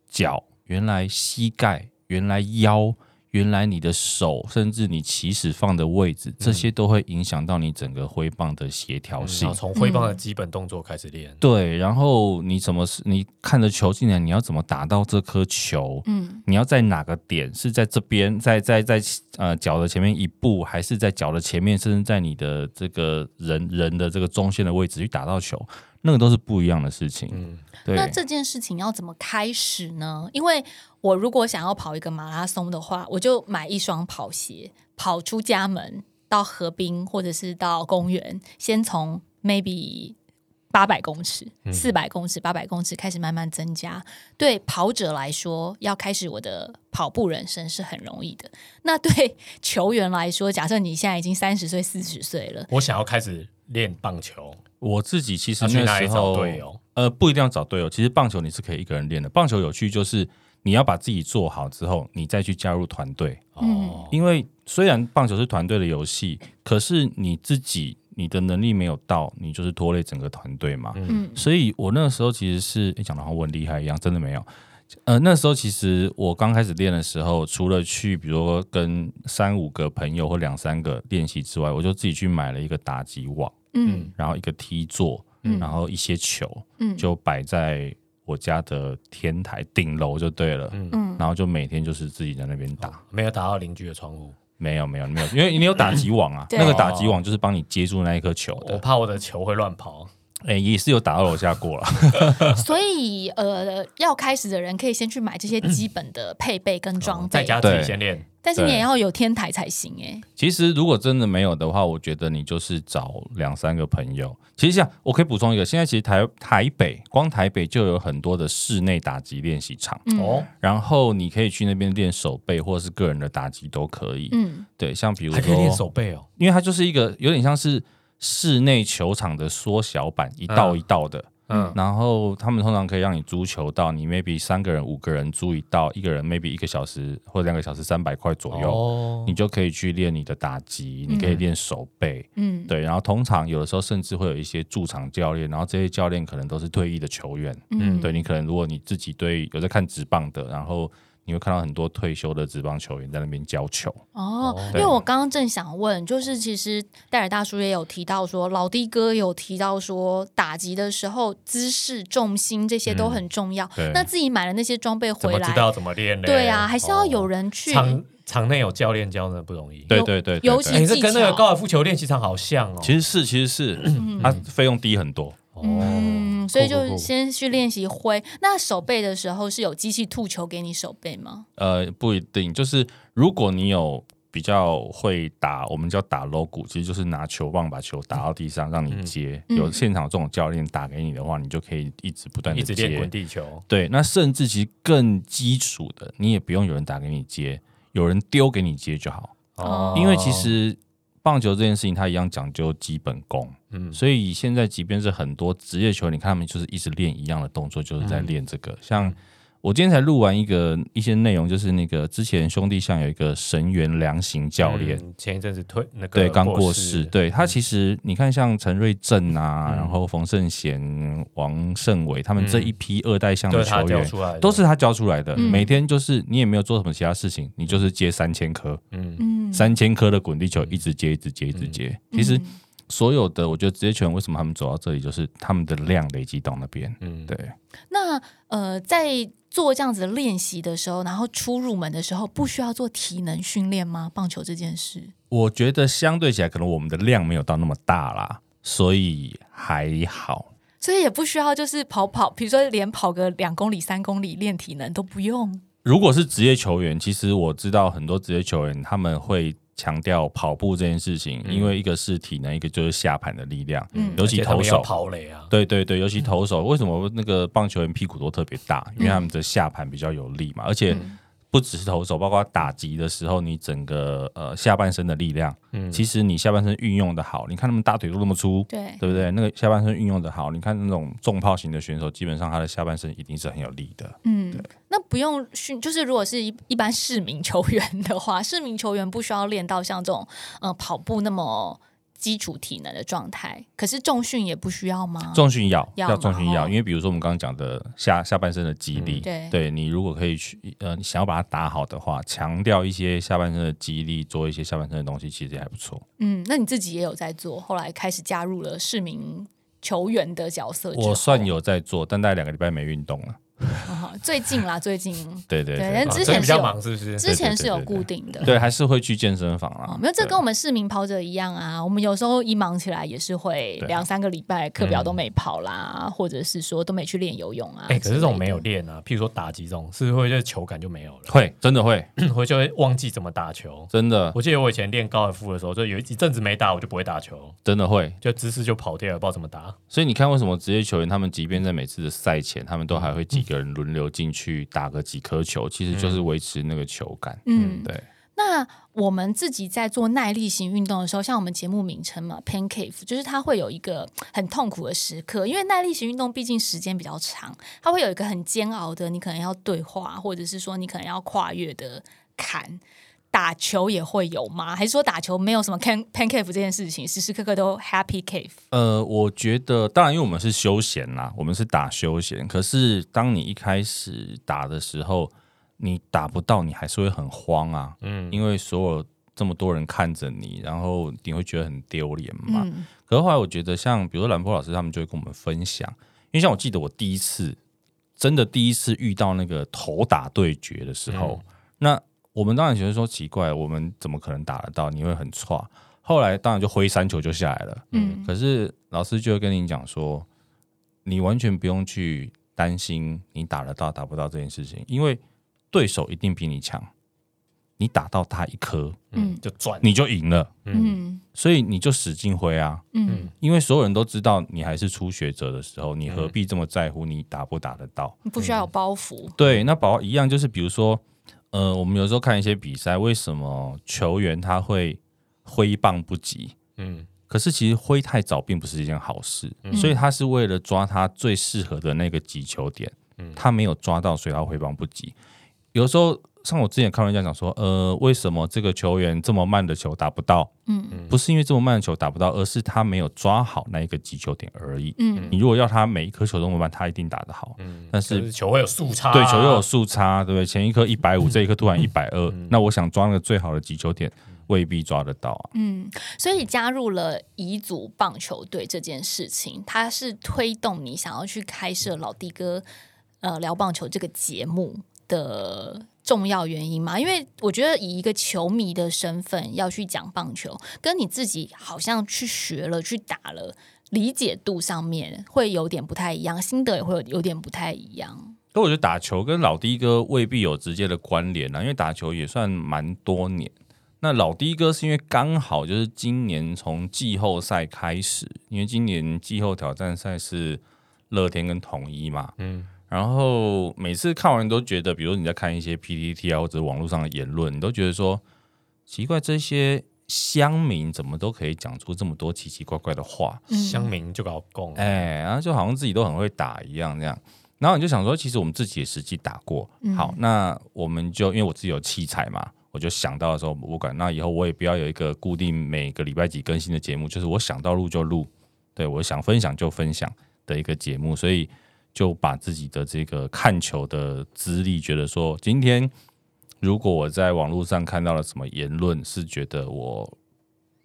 脚，原来膝盖，原来腰，原来你的手，甚至你起始放的位置，这些都会影响到你整个挥棒的协调嗯性。然后从挥棒的基本动作开始练，对，然后你怎么是你看着球进来，你要怎么打到这颗球？嗯，你要在哪个点？是在这边，在在在呃脚的前面一步，还是在脚的前面，甚至在你的这个人人的这个中线的位置去打到球？那个都是不一样的事情。嗯，对，那这件事情要怎么开始呢？因为我如果想要跑一个马拉松的话，我就买一双跑鞋，跑出家门到河滨或者是到公园，先从 maybe 八百公尺、四百公尺、八百公尺开始慢慢增加。对跑者来说，要开始我的跑步人生是很容易的。那对 球员来说，假设你现在已经三十岁、四十岁了，我想要开始练棒球，我自己其实要去哪那里时找候队友？呃不一定要找队友，其实棒球你是可以一个人练的。棒球有趣就是你要把自己做好之后，你再去加入团队。哦，因为虽然棒球是团队的游戏，可是你自己你的能力没有到，你就是拖累整个团队嘛。嗯所以我那个时候其实是诶讲的好像我很厉害一样，真的没有。呃，那时候其实我刚开始练的时候，除了去比如说跟三五个朋友或两三个练习之外，我就自己去买了一个打击网，嗯然后一个踢座，嗯然后一些球，嗯就摆在我家的天台顶楼就对了。嗯，然后就每天就是自己在那边打。没有打到邻居的窗户，没有没有没有，因为你有打击网啊 对那个打击网就是帮你接住那一颗球我的。怕我的球会乱跑。哎、也是有打到楼下过了。所以呃，要开始的人可以先去买这些基本的配备跟装备，嗯在家自己先练，但是你对也要有天台才行哎、其实如果真的没有的话，我觉得你就是找两三个朋友。其实像我可以补充一个，现在其实台台北光台北就有很多的室内打击练习场，嗯、哦，然后你可以去那边练手背或者是个人的打击都可以。嗯对，像比如还可以练手说，背哦。因为它就是一个有点像是室内球场的缩小版，一道一道的。嗯，然后他们通常可以让你租球道，你 maybe 三个人、五个人租一道，一个人 maybe 一个小时或者两个小时三百块左右，哦你就可以去练你的打击，你可以练手背，嗯，对。然后通常有的时候甚至会有一些驻场教练，然后这些教练可能都是退役的球员，嗯对你可能如果你自己对有在看职棒的，然后你会看到很多退休的职棒球员在那边教球，哦，因对为我刚刚正想问，就是其实戴尔大叔也有提到说，老弟哥有提到说，打击的时候姿势、重心这些都很重要。对那自己买了那些装备怎回么知来，道怎哦么练呢？对啊，还是要有人人去。场场内有教练教，那不容易。对尤对对对尤对其哎，这跟那技个巧高尔夫球练习场好像哦。其实是其实是，它费用低很多。哦嗯，，所以酷酷就酷先去练习挥。那手背的时候是有机器吐球给你手背吗？呃，不一定，就是如果你有比较会打，我们叫打 logo，其实就是拿球棒把球打到地上让你接。嗯有现场这种教练打给你的话，你就可以一直不断一直的练滚接。地球，对，那甚至其实更基础的，你也不用有人打给你接，有人丢给你接就好。哦因为其实棒球这件事情它一样讲究基本功，嗯所以现在即便是很多职业球员，你看他们就是一直练一样的动作，就是在练这个。嗯像我今天才录完一个一些内容，就是那个之前兄弟像有一个神原良行教练，嗯前一阵子退那个对，刚过世，世，对他其实你看，像陈瑞正啊，嗯然后冯圣贤、王胜伟他们这一批二代项都的是他球教员，出来的，都是他教出来的。嗯每天就是你也没有做什么其他事情，你就是接三千颗、嗯嗯，三千颗的滚地球，一直接、一直接、一直接。其实所有的，我觉得职业球员为什么他们走到这里，就是他们的量累积到那边。嗯，对，那呃，在做这样子的练习的时候，然后初入门的时候，不需要做体能训练吗？棒球这件事，我觉得相对起来，可能我们的量没有到那么大啦，所以还好。所以也不需要就是跑跑，比如说连跑个两公里、三公里练体能都不用。如果是职业球员，其实我知道很多职业球员他们会强调跑步这件事情，因为一个是体能，一个就是下盘的力量，嗯尤嗯而其且他投们要手。跑垒啊，对对对，尤其投手，为什么那个棒球员屁股都特别大？因为他们的下盘比较有力嘛，而且嗯不只是投手，包括打击的时候，你整个呃下半身的力量，嗯其实你下半身运用的好，你看他们大腿都那么粗，对，对不对？那个下半身运用的好，你看那种重炮型的选手，基本上他的下半身一定是很有力的。嗯，那不用训，就是如果是一一般市民球员的话，市民球员不需要练到像这种呃跑步那么基础体能的状态，可是重训也不需要吗？重训要要要嘛重训要，哦嗯因为比如说我们刚刚讲的下下半身的肌力，对你如果可以去呃，你想要把它打好的话，强调一些下半身的肌力，做一些下半身的东西，其实也还不错。嗯，那你自己也有在做，后来开始加入了市民球员的角色之后，我算有在做，但大概两个礼拜没运动了。啊最近啦，最近对对对对但啊所之以前比是较有忙是不是？之前对对是有对固定的，对，还是会去健身房哦啦。，没有，这对跟我们市民跑者一样啊。我们有时候一忙起来也是会对啊嗯两三个礼拜课表都没跑啦，或者是说都没去练游泳啊。哎，可是这之类种的没有练啊，譬如说打击这种，是会这球感就没有了， 会真的会我就会忘记怎么打球。真的我记得我以前练高尔夫的时候，就有一阵子没打，我就不会打球，真的会。就姿势就跑掉了，不知道怎么打。所以你看，为什么职业球员他们即便在每次的赛前，他们都还会几个人轮流进去打个几颗球，其实就是维持那个球感。嗯，对，那我们自己在做耐力型运动的时候，像我们节目名称嘛，Pain Cave，就是它会有一个很痛苦的时刻，因为耐力型运动毕竟时间比较长，它会有一个很煎熬的，你可能要对话，或者是说你可能要跨越的坎。打球也会有吗？还是说打球没有什么 Pain Pain Cave 这件事情，时时刻刻都 Happy Cave？呃，我觉得，当然，因为我们是休闲啦，我们是打休闲。可是，当你一开始打的时候，你打不到，你还是会很慌啊，嗯，因为所有这么多人看着你，然后你会觉得很丢脸嘛。嗯可是后来，我觉得像比如说兰波老师他们就会跟我们分享，因为像我记得我第一次真的第一次遇到那个头打对决的时候，那我们当然觉得说奇怪，我们怎么可能打得到？你会很差。后来当然就挥三球就下来了。嗯可是老师就会跟你讲说，你完全不用去担心你打得到打不到这件事情，因为对手一定比你强，你打到他一颗嗯嗯就转，你就赢了，嗯所以你就使劲挥啊。嗯，因为所有人都知道你还是初学者的时候，你何必这么在乎你打不打得到？不需要有包袱。对，那宝宝一样，就是比如说，呃，我们有时候看一些比赛，为什么球员他会挥棒不及？嗯可是其实挥太早并不是一件好事，嗯所以他是为了抓他最适合的那个击球点，嗯他没有抓到，所以他挥棒不及。有时候像我之前看人家讲说，呃，为什么这个球员这么慢的球打不到？嗯不是因为这么慢的球打不到，而是他没有抓好那一个击球点而已。嗯你如果要他每一颗球都那么慢，他一定打得好。嗯，但就是是球会有速差啊，对球又有速差，对不对？前一颗一百 五，这一颗突然一百二，嗯那我想抓那个最好的击球点，未必抓得到啊。嗯，所以加入了彝族棒球队这件事情，它是推动你想要去开设老弟哥呃聊棒球这个节目的重要原因嘛？因为我觉得以一个球迷的身份要去讲棒球，跟你自己好像去学了、去打了，理解度上面会有点不太一样，心得也会有有点不太一 样。可我觉得打球跟老的哥未必有直接的关联啊，因为打球也算蛮多年。那老的哥是因为刚好就是今年从季后赛开始，因为今年季后挑战赛是乐天跟统一嘛，嗯然后每次看完都觉得，比如你在看一些 PPT 啊或者网络上的言论，你都觉得说奇怪，这些乡民怎么都可以讲出这么多奇奇怪怪的话，嗯乡民就搞共，哎，然后就好像自己都很会打一样这样。然后你就想说，其实我们自己也实际打过，好，那我们就因为我自己有器材嘛，我就想到的时候，我管那以后我也不要有一个固定每个礼拜几更新的节目，就是我想到录就录，对我想分享就分享的一个节目，所以就把自己的这个看球的资历，觉得说今天如果我在网络上看到了什么言论，是觉得我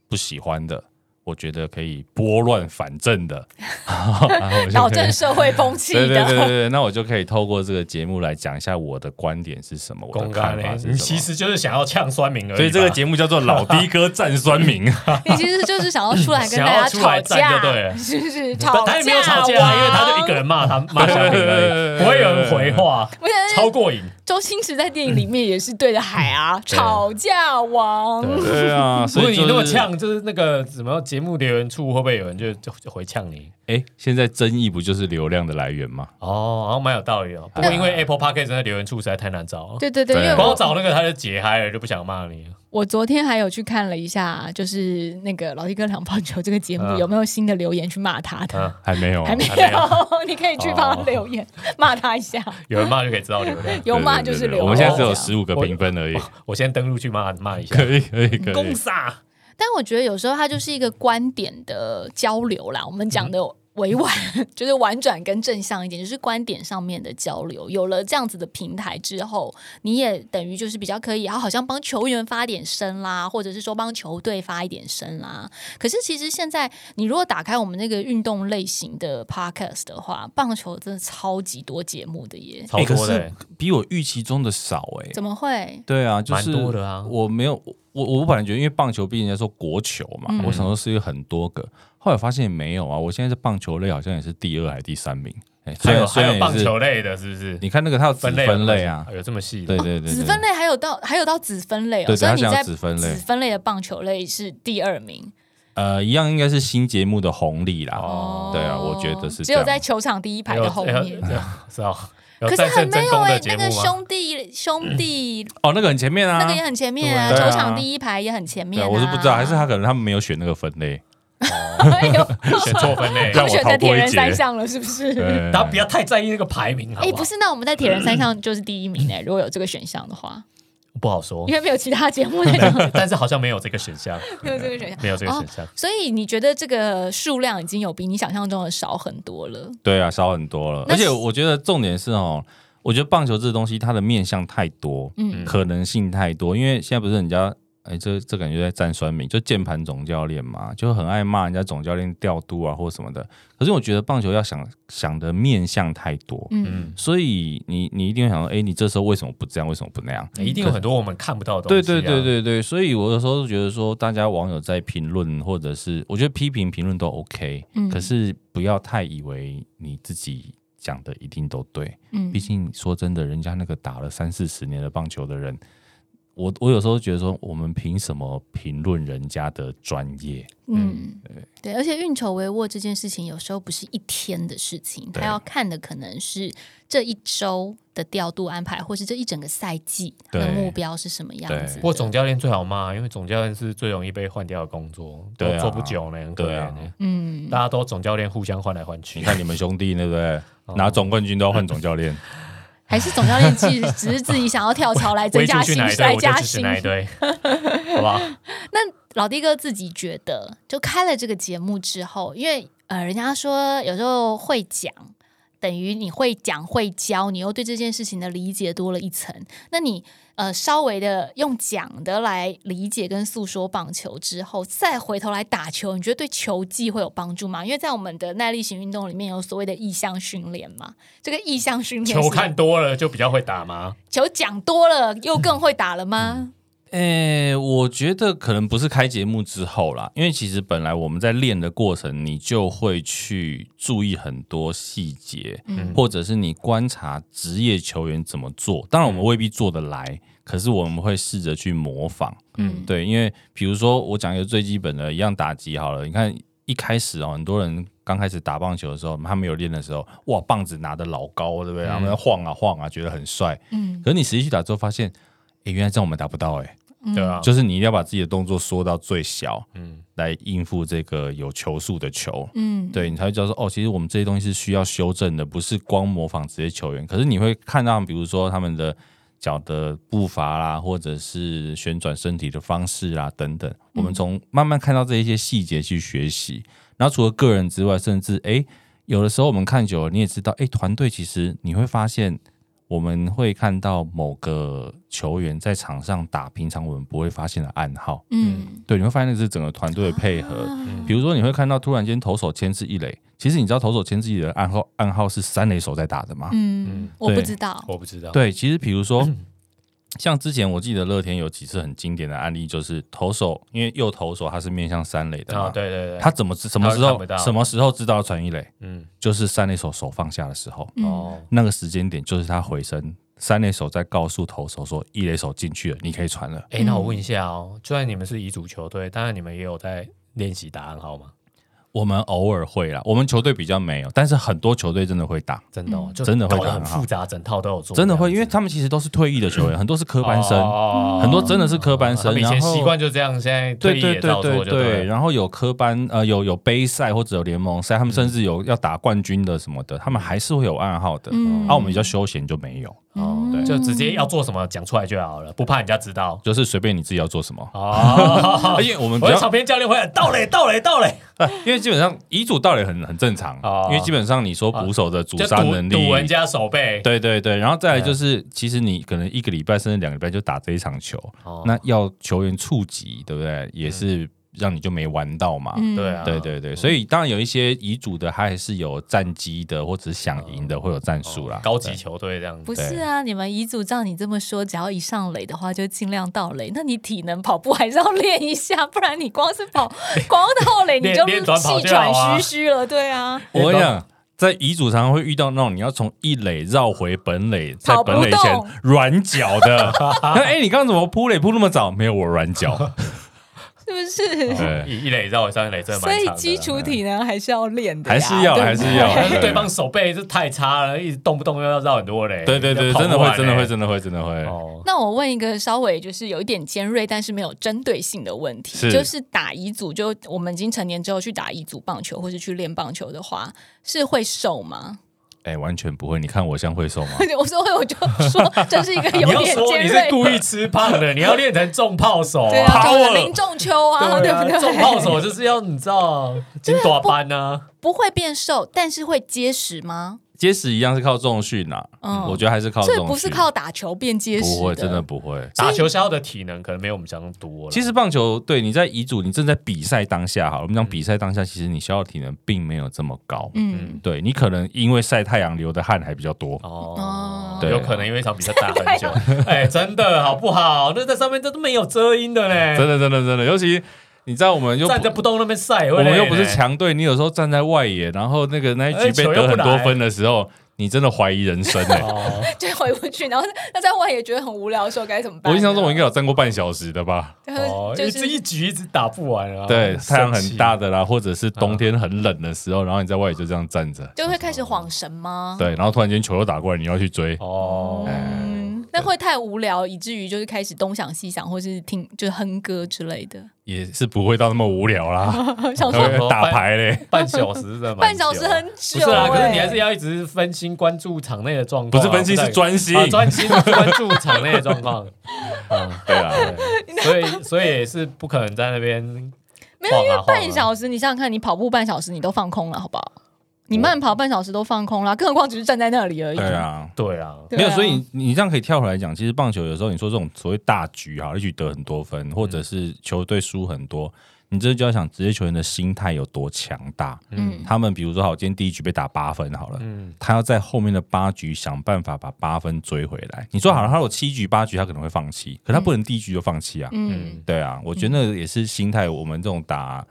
不喜欢的。我觉得可以拨乱反正的，然后我就可以导正社会风气对对对对的。对，那我就可以透过这个节目来讲一下我的观点是什么，我的公看干法嘞，是你什其么。实就是想要呛酸民而已吧。所以这个节目叫做《老的哥战酸民》，你其实就是想要出来跟想大 要家出来吵站架就，对了 是不是？但哦吵架，他也没有吵架啊，因为他就一个人骂他骂乡民而已，不会有人回话， 我想超过瘾。周星驰在电影里面也是对着海嗯啊，吵架王。对 对啊，所所以以你那么呛，呛，就是那个什么节目留言处会不会有人就就就回呛你？哎，现在争议不就是流量的来源吗？哦，好像蛮有道理哦。不过因为 Apple Podcast 的留言处实在太难找了，对对对，因对为啊光我找那个他就解嗨了，就不想骂你了。我昨天还有去看了一下，就是那个《老弟哥两棒球》这个节目嗯有没有新的留言去骂他嗯的，还没有，还没还没有，你可以去帮他哦留言骂他一下，有人骂就可以知道流量。 有骂就对对是哦对对留言。我们现在只有这样十五个评分而已，我先登录去骂骂一下 可，以可以可公啊以，傻。但我觉得有时候它就是一个观点的交流啦，我们讲的委婉， 就是婉转跟正向一点，就是观点上面的交流。有了这样子的平台之后，你也等于就是比较可以，啊，好像帮球员发点声啦，或者是说帮球队发一点声啦。可是其实现在你如果打开我们那个运动类型的 podcast 的话，棒球真的超级多节目的耶，超哎可多的、是比我预期中的少哎。怎么会？对啊，就蛮是多的啊我没有，我我我本来觉得，因为棒球毕竟人家说国球嘛，嗯我想说是有很多个，后来发现没有啊。我现在是棒球类好像也是第二还是第三名，哎，还虽有然还虽然有棒也是，球类的，是不是？你看那个它有子分类分类啊，有这么细的对对对，子对分类还有到还有到子分类哦，对对所以它你讲在子分子类分类的棒球类是第二名。呃一样应该是新节目的红利啦，哦对啊我觉得是只这有样哎在球场第一排的后有面有。有是啊，有可是战胜很没真有功哎、的节那个目吗？兄弟兄弟、哦那个很前面啊，那个也很前面啊，对啊球场第一排也很前面、对，啊。我是不知道，还是他可能他们没有选那个分类，哎呦，选错分类，他们让我选逃在铁过一人劫三项了，是不是？对啊大家不要太在意那个排名，好哎、不好？不是，那我们在铁人三项就是第一名哎、如果有这个选项的话，不好说哦因，为没有其他节目在讲， 但是好像没有这个选项， 没有这哦个选项。没有这个选项。所以你觉得这个数量已经有比你想象中的少很多了？对啊，少很多了。那而且是我觉得重点是哦，我觉得棒球这东西它的面向太多，嗯可能性太多。因为现在不是人家哎，这这感觉在站酸民，就键盘总教练嘛，就很爱骂人家总教练调度啊或什么的。可是我觉得棒球要想想的面向太多，嗯，嗯，所以你你一定会想说，哎，你这时候为什么不这样？为什么不那样？哎一定有很多我们看不到的东对西。啊对对，对对，所以我有时候觉得说，大家网友在评论或者是我觉得批评评论都 OK，、嗯可是不要太以为你自己讲的一定都对，嗯毕竟说真的，人家那个打了三四十年的棒球的人。我我有时候觉得说，我们凭什么评论人家的专业？嗯，对，而且运筹帷幄这件事情，有时候不是一天的事情，对他要看的可能是这一周的调度安排，或是这一整个赛季他的对目标是什么样子对的。不过总教练最好骂，因为总教练是最容易被换掉的工作，都对啊做不久呢，很可对怜啊呢。嗯，大家都总教练互相换来换你去，看你们兄弟对 不对？哦拿总冠军都要换总教练，还是总教练只只是自己想要跳槽来增威出加去薪哪一水，队来 我就加支持薪。哪一 队，好吧？那老弟哥自己觉得，就开了这个节目之后，因为呃，人家说有时候会讲。等于你会讲会教，你又对这件事情的理解多了一层。那你呃稍微的用讲的来理解跟诉说棒球之后，再回头来打球，你觉得对球技会有帮助吗？因为在我们的耐力型运动里面有所谓的意向训练嘛，这个意向训练球是看多了就比较会打吗？球讲多了又更会打了吗？诶、我觉得可能不是开节目之后啦，因为其实本来我们在练的过程，你就会去注意很多细节，嗯或者是你观察职业球员怎么做。当然，我嗯们未必做得来，可是我们会试着去模仿。嗯对，因为比如说我讲一个最基本的一样打击好了，你看一开始哦，很多人刚开始打棒球的时候，他没有练的时候，哇，棒子拿的老高，对不对？他们晃啊晃啊，觉得很帅。嗯可是你实际去打之后发现，诶，原来这样我们达不到诶。嗯对啊，就是你一定要把自己的动作缩到最小，嗯嗯，来应付这个有球速的球，嗯，对你才会知道说，哦，其实我们这些东西是需要修正的，不是光模仿职业球员。可是你会看到，比如说他们的脚的步伐啦，或者是旋转身体的方式啦等等，我们从慢慢看到这一些细节去学习。然后除了个人之外，甚至诶，有的时候我们看久了，你也知道，诶，团队其实你会发现。我们会看到某个球员在场上打平常我们不会发现的暗号，嗯，对，你会发现那是整个团队的配嗯合。啊比如说，你会看到突然间投手牵制一垒，其实你知道投手牵制一垒的暗号暗号是三垒手在打的吗？嗯，我不知道，我不知道，对，其实比如说，嗯像之前我记得乐天有几次很经典的案例，就是投手因为右投手他是面向三垒的嘛，啊，对对对，他怎么知什么时他看候不到什么时候知道要传一垒，嗯就是三垒手手放下的时候，嗯，哦那个时间点就是他回身，三垒手在告诉投手说一垒手进去了，你可以传了。哎、嗯那我问一下哦，虽然你们是乙组球队，当然你们也有在练习打暗号吗？我们偶尔会啦，我们球队比较没有，但是很多球队真的会打。真的、哦，嗯就真的会搞得打很暗号复杂，整套都有做这样子，真的会，因为他们其实都是退役的 球员，很多是科班生，哦嗯很多真的是科班他生。们以然前后习惯就这样，现在退对役对也对照对做就对，了。然后有科班呃有有杯赛或者有联盟赛，他们嗯甚至有要打冠军的什么的，他们还是会有暗号的。嗯啊，我们比较休闲就没有，哦，嗯就直接要做什么讲出来就好了，不怕人家知 道。就是随便你自己要做什么。哦，因为我们比啊我的较场边教练会喊到嘞，到嘞，到嘞，因为基本上遗嘱道理很很正常哦，因为基本上你说捕手的阻啊就杀堵能力，堵人家嗯手背。对对对，然后再来就是，其实你可能一个礼拜甚至两个礼拜就打这一场球，哦嗯那要球员触及，对不对？也是让你就没玩到嘛。嗯对啊，对对对，所以当然有一些遗嘱的，他还是有战绩的，或者是想赢的，会有战术啦。嗯哦高级球队这样子。不是啊，你们遗嘱照你这么说，只要一上垒的话，就尽量到垒。那你体能跑步还是要练一下，不然你光是 跑光到垒，你练就练短跑气就好喘啊吁吁了。对啊，我跟你讲，在遗嘱常常会遇到那种你要从一垒绕回本垒，在跑不本垒前动软脚 的。那哎，你刚刚怎么扑垒扑那么早？没有，我软脚。是不是？ 对，一一垒绕三垒真的所哦蛮以长的嗯基础体能还是要练的呀，还是要对不还是啊对要 但是对方手背是太差了，一直动不动又哎要绕很多嘞。对对对，跑不真的完会，嘞真的会，真的会，真的会。哦，那我问一个稍微就是有一点尖锐，但是没有针对性的问题，是就是打乙组，就我们已经成年之后去打乙组棒球或是去练棒球的话，是会瘦吗？哎，完全不会。你看我像会瘦吗？ 我说会，我就说这是一个你有要点说尖你是锐。故意吃胖的，你要练成重炮手对啊啊， ，power 就林仲秋啊，对啊不对？啊重炮手就是要你知道金短班啊呢，不会变瘦，但是会结实吗？结实一样是靠重训呐、嗯我觉得还是靠重所以训，不是靠打球变结实不会，真的不会。打球消耗的体能可能没有我们想象多了。其实实棒球对你在乙组，你正在比赛当下，好了，我们讲比赛当下，其实你消耗体能并没有这么高，嗯，对你可能因为晒太阳流的汗还比较多，哦哦，啊对有可能因为一场比赛打很久，哎，真的好不好？那在上面这都没有遮阴的真嘞，的真的真的，尤其你知道我们又不站在不动那边晒，我们又不是，强队，你有时候站在外野，然后那个那一哎局被球又得不很多来分的时候，你真的怀疑人生哎、哦，就回不去。然后那在外也觉得很无聊的时候该怎么办呢？我印象中我应该有站过半小时的吧。哦，就一是直一局一直打不完啊，对，太阳生气很大，的啦，或者是冬天很冷的时嗯候，然后你在外野就这样站着，就会开始晃神吗？对，然后突然间球又打过来，你要去追，哎哦，嗯，那会太无聊，以至于就是开始东想西想，或是听就是哼歌之类 的。也是不会到那么无聊啦， 想还说会打牌嘞，半小时真的蛮久半小时很不久、是啊欸，啦，可是你还是要一直分心关注场内的状 不况啊，是分析太是哦专心，啊专心关注场内的状况，对啊啦，对所以所以也是不可能在那边没有，因为晃啊晃啊半小时，你想想看，你跑步半小时你都放空了，好不好？你慢跑半小时都放空了，更何况只是站在那里而已。 对啊。对啊，对啊，没有，所以你你这样可以跳回来讲，其实棒球有时候你说这种所谓大局哈，一局得很多分，或者是球队输很多，你这就要想职业球员的心态有多强大。嗯他们比如说好，今天第一局被打八分好了，嗯，他要在后面的八局想办法把八分追回来。你说好了，他有七局八局，他可能会放弃，可他不能第一局就放弃啊。嗯对啊，我觉得那个也是心态，我们这种打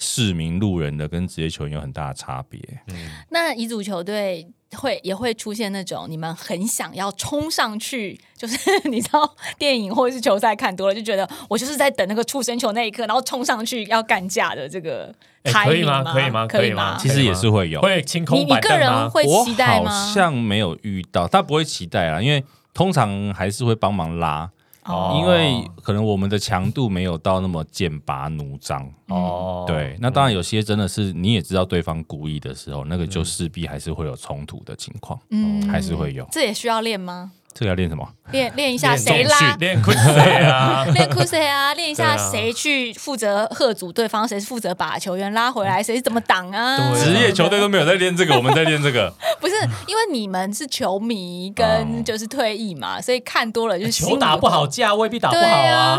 市民路人的跟职业球员有很大的差别。嗯那乙组球队会也会出现那种你们很想要冲上去，就是 你知道电影或者是球赛看多了，就觉得我就是在等那个触身球那一刻，然后冲上去要干架的这个哎 timing 可以吗可可以吗可可以吗吗其？实也是会有，会清你空你板个凳人吗？会期待我吗？好像没有遇到，但不会期待啊，因为通常还是会帮忙拉。哦因为可能我们的强度没有到那么剑拔弩张。哦，嗯对，那当然有些真的是你也知道对方故意的时候，那个嗯就势必还是会有冲突的情况，嗯还是会有。这也需要练吗？这个要练什么？练练一下练重谁拉训，练 q u i 啊，练 c 谁啊，练一下对啊谁去负责喝阻对方，谁是负责把球员拉回来，谁是怎么挡啊？嗯对啊职业球队都没有在练这个，我们在练 这个。不是因为你们是球迷跟嗯就是退役嘛，所以看多 了就是心啊里哎球打不好架未必打不好啊，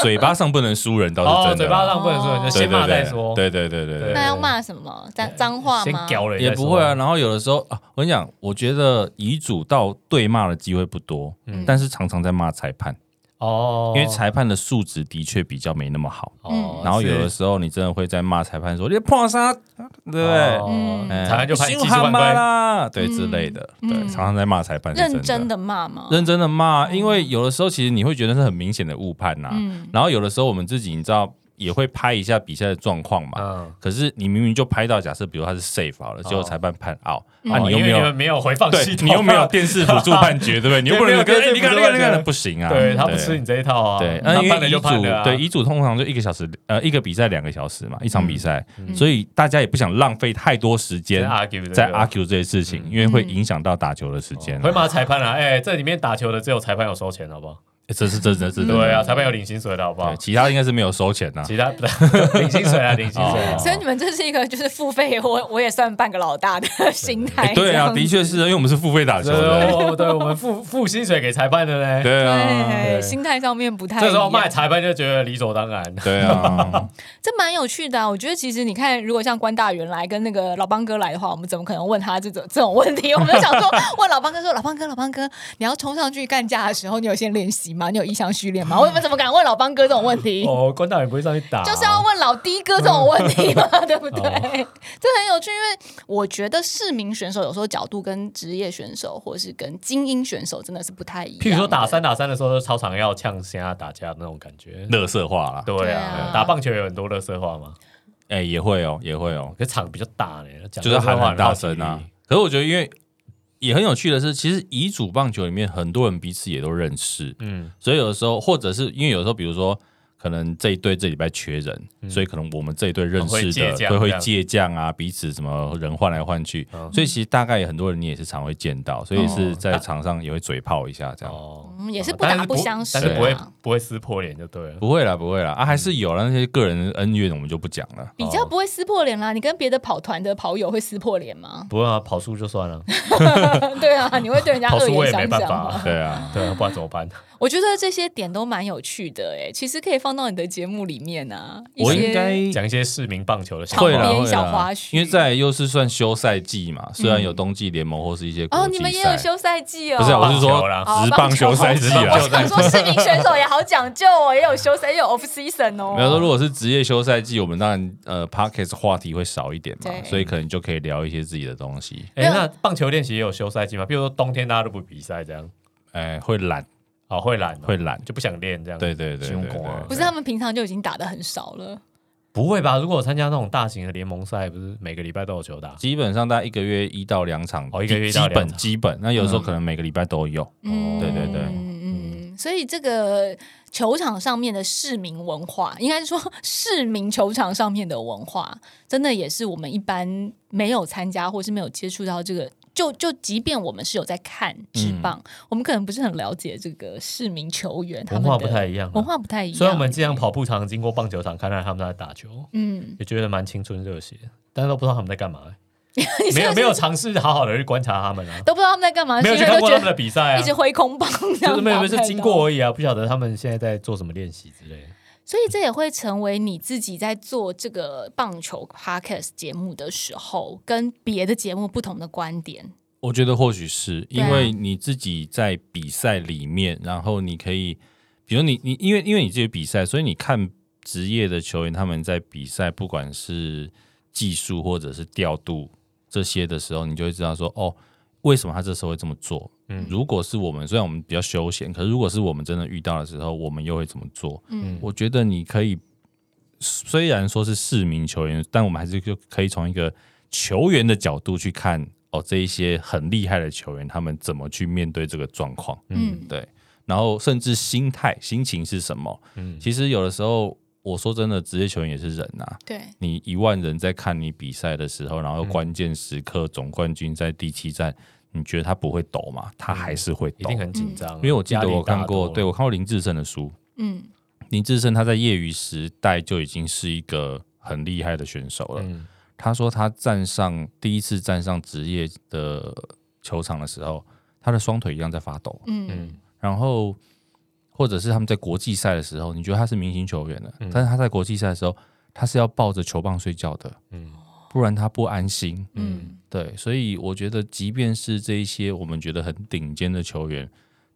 嘴巴上不能输人倒是哦，真的嘴啦，巴上不能说，就对先骂再说，对对对对对那对，要骂什么脏脏话哎先吗？屌了也再说不会啊。，然后有的时候啊，我跟你讲，我觉得遗嘱到对骂的机会不多，但是常常在骂裁判，哦，因为裁判的素质的确比较没那么好。嗯哦，然后有的是时候你真的会在骂裁判说你碰杀，对不对？嗯哦哎裁判就判技术你心犯寒吗 规，啦，对之类的，对，常常在骂裁判是认真真的。的骂吗？认真的骂，因为有的时候其实你会觉得是很明显的误判呐、嗯然后有的时候我们自己你知道也会拍一下比赛的状况嘛，嗯，可是你明明就拍到，假设比如他是 safe 好了，结果裁判判 out，那、哦啊你又因为没你有们没有回放对系统，你又没有，电视辅助判 决，对不对？你又不没能有跟电视哎你看辅助那个判那决个不行 啊，对他不吃你这一套啊，对，那那因判了为遗就判了啊，嘱对遗嘱通常就一个小时，呃，一个比赛两个小时嘛，一场嗯比赛，所以大家也不想浪费太多时间在 argue 这个嗯在 argue 这些事情，因为会影响到打球的时间会啊。骂裁判啊，哎，这里面打球的只有裁判有收钱，好不好？欸这是这是这是对啊，，裁判有领薪水的好不这是好对，？其他应该是没有收钱啊呐。 其他领薪水啊，领薪水啊哦。所以你们这是一个就是付费， 我我也算半个老大的心态。哎，对这啊，样的确是，因为我们是付费打球对的，哦，对，我们付付薪水给裁判的嘞。对啊，对对心态上面不太一样。哎这时候骂裁判就觉得理所 当然。对啊，这蛮有趣的、啊，我觉得其实你看，如果像关大元来跟那个老邦哥来的话，我们怎么可能问他这种这种问题？我们就想说，问老邦哥说：“老邦哥，老邦哥，你要冲上去干架的时候，你有先练习吗？你有意向训练吗？”我们怎么敢问老邦哥这种问题？哦，关大人不会上去打，就是要问老的哥这种问题嘛，对不对？哦这很有趣，因为我觉得市民选手有时候角度跟职业选手或是跟精英选手真的是不太一样。譬如说打，三打三的时候，操场要呛虾打架那种感觉。乐色化啦，对对啊啊，打棒球有很多乐色话嘛，哎，也会哦，也会哦，可是场比较大呢，讲就是喊垃圾话很大声啊。可是我觉得，因为也很有趣的是，其实乙组棒球里面很多人彼此也都认识，嗯嗯，所以有的时候，或者是因为有时候，比如说。可能这一队这礼拜缺人，所以可能我们这一队认嗯会识借的将对会这样哦借将啊，彼此什么人换来换去，所以其实大概很多人你也是常会见到，所以是在场上也会嘴炮一下这样。哦，嗯，也是不但打不相识、啊但是不会不会撕破脸就对了。不会啦，不会啦，啊，还是嗯有啦，那些个人恩怨我们就不讲了。比哦较不会撕破脸啦。你跟别的跑团的跑友会撕破脸吗？不会啊，跑输就算了， 对啊，你会对人家跑恶输我言也没相办向法吗？啊。对啊，对啊，不然怎么 办？我觉得这些点都蛮有趣的哎、其实可以放到你的节目里面啊。一我些应该讲一些市民棒球的笑话会啦旁边会小啦花絮嗯因为再来又是算休赛季嘛，虽然有冬季联盟或是一些国哦，际你们也赛有休赛季哦。不是 啊，我棒是说球啦哦职棒球赛季棒球啊棒。球想说市民选手也好讲究哦，也有休赛，也有 off season 哦。没有说，如果是职业休赛季，我们当然呃 p o d c a s t 话题会少一点对嘛，所以可能就可以聊一些自己的东西。哎、没有那棒球练习也有休赛季吗？比如说冬天大家都不比赛，这样哎，会懒，哦，会懒哦、会懒，就不想练这样。对对对对凶对狗啊不是他们平常就已经打的很少了。不会吧？如果我参加那种大型的联盟赛，不是每个礼拜都有球打？基本上大概一个月一到两场，哦一个月一基到两本场基本，那有时候可能每个礼拜都有。哦嗯，对对对嗯嗯。所以这个球场上面的市民文化，应该是说市民球场上面的文化，真的也是我们一般没有参加或是没有接触到这个。就就即便我们是有在看职嗯棒，我们可能不是很了解这个市民球员他文们化的不太一样啊、文化不太一样。虽然我们经常跑步常经过棒球场，看到他们在打球，嗯，也觉得蛮青春热血，但是都不知道他们在干嘛、 你是没不有是没有尝试好好的去观察他们啊，都不知道他们在干嘛，没有是去因看为过他都觉们得的比赛啊一，直挥空棒这样打 就不太到，是没有没有是经过而已啊，不晓得他们现在在做什么练习之类的。所以这也会成为你自己在做这个棒球 podcast 节目的时候，跟别的节目不同的观点。我觉得或许是对啊因为你自己在比赛里面，然后你可以，比如你你因为因为你自己比赛，所以你看职业的球员他们在比赛，不管是技术或者是调度这些的时候，你就会知道说哦，为什么他这时候会这么做。嗯，如果是我们，虽然我们比较休闲，可是如果是我们真的遇到的时候，我们又会怎么做？嗯，我觉得你可以，虽然说是市民球员，但我们还是就可以从一个球员的角度去看哦，这一些很厉害的球员他们怎么去面对这个状况。嗯对。然后甚至心态、心情是什么。嗯，其实有的时候，我说真的，职业球员也是人呐、啊对，你一万人在看你比赛的时候，然后嗯关键时刻总冠军在第七战，你觉得他不会抖吗？他还是会嗯一抖，定很紧张啊，因为我记压得力我看大过，多对了我看过林志胜的书，嗯林志胜他在业余时代就已经是一个很厉害的选手了。嗯他说他站上第一次站上职业的球场的时候，他的双腿一样在发抖。嗯嗯然后或者是他们在国际赛的时候，你觉得他是明星球员了，嗯但是他在国际赛的时候，他是要抱着球棒睡觉的，嗯不然他不安心。嗯对，所以我觉得，即便是这一些我们觉得很顶尖的球员，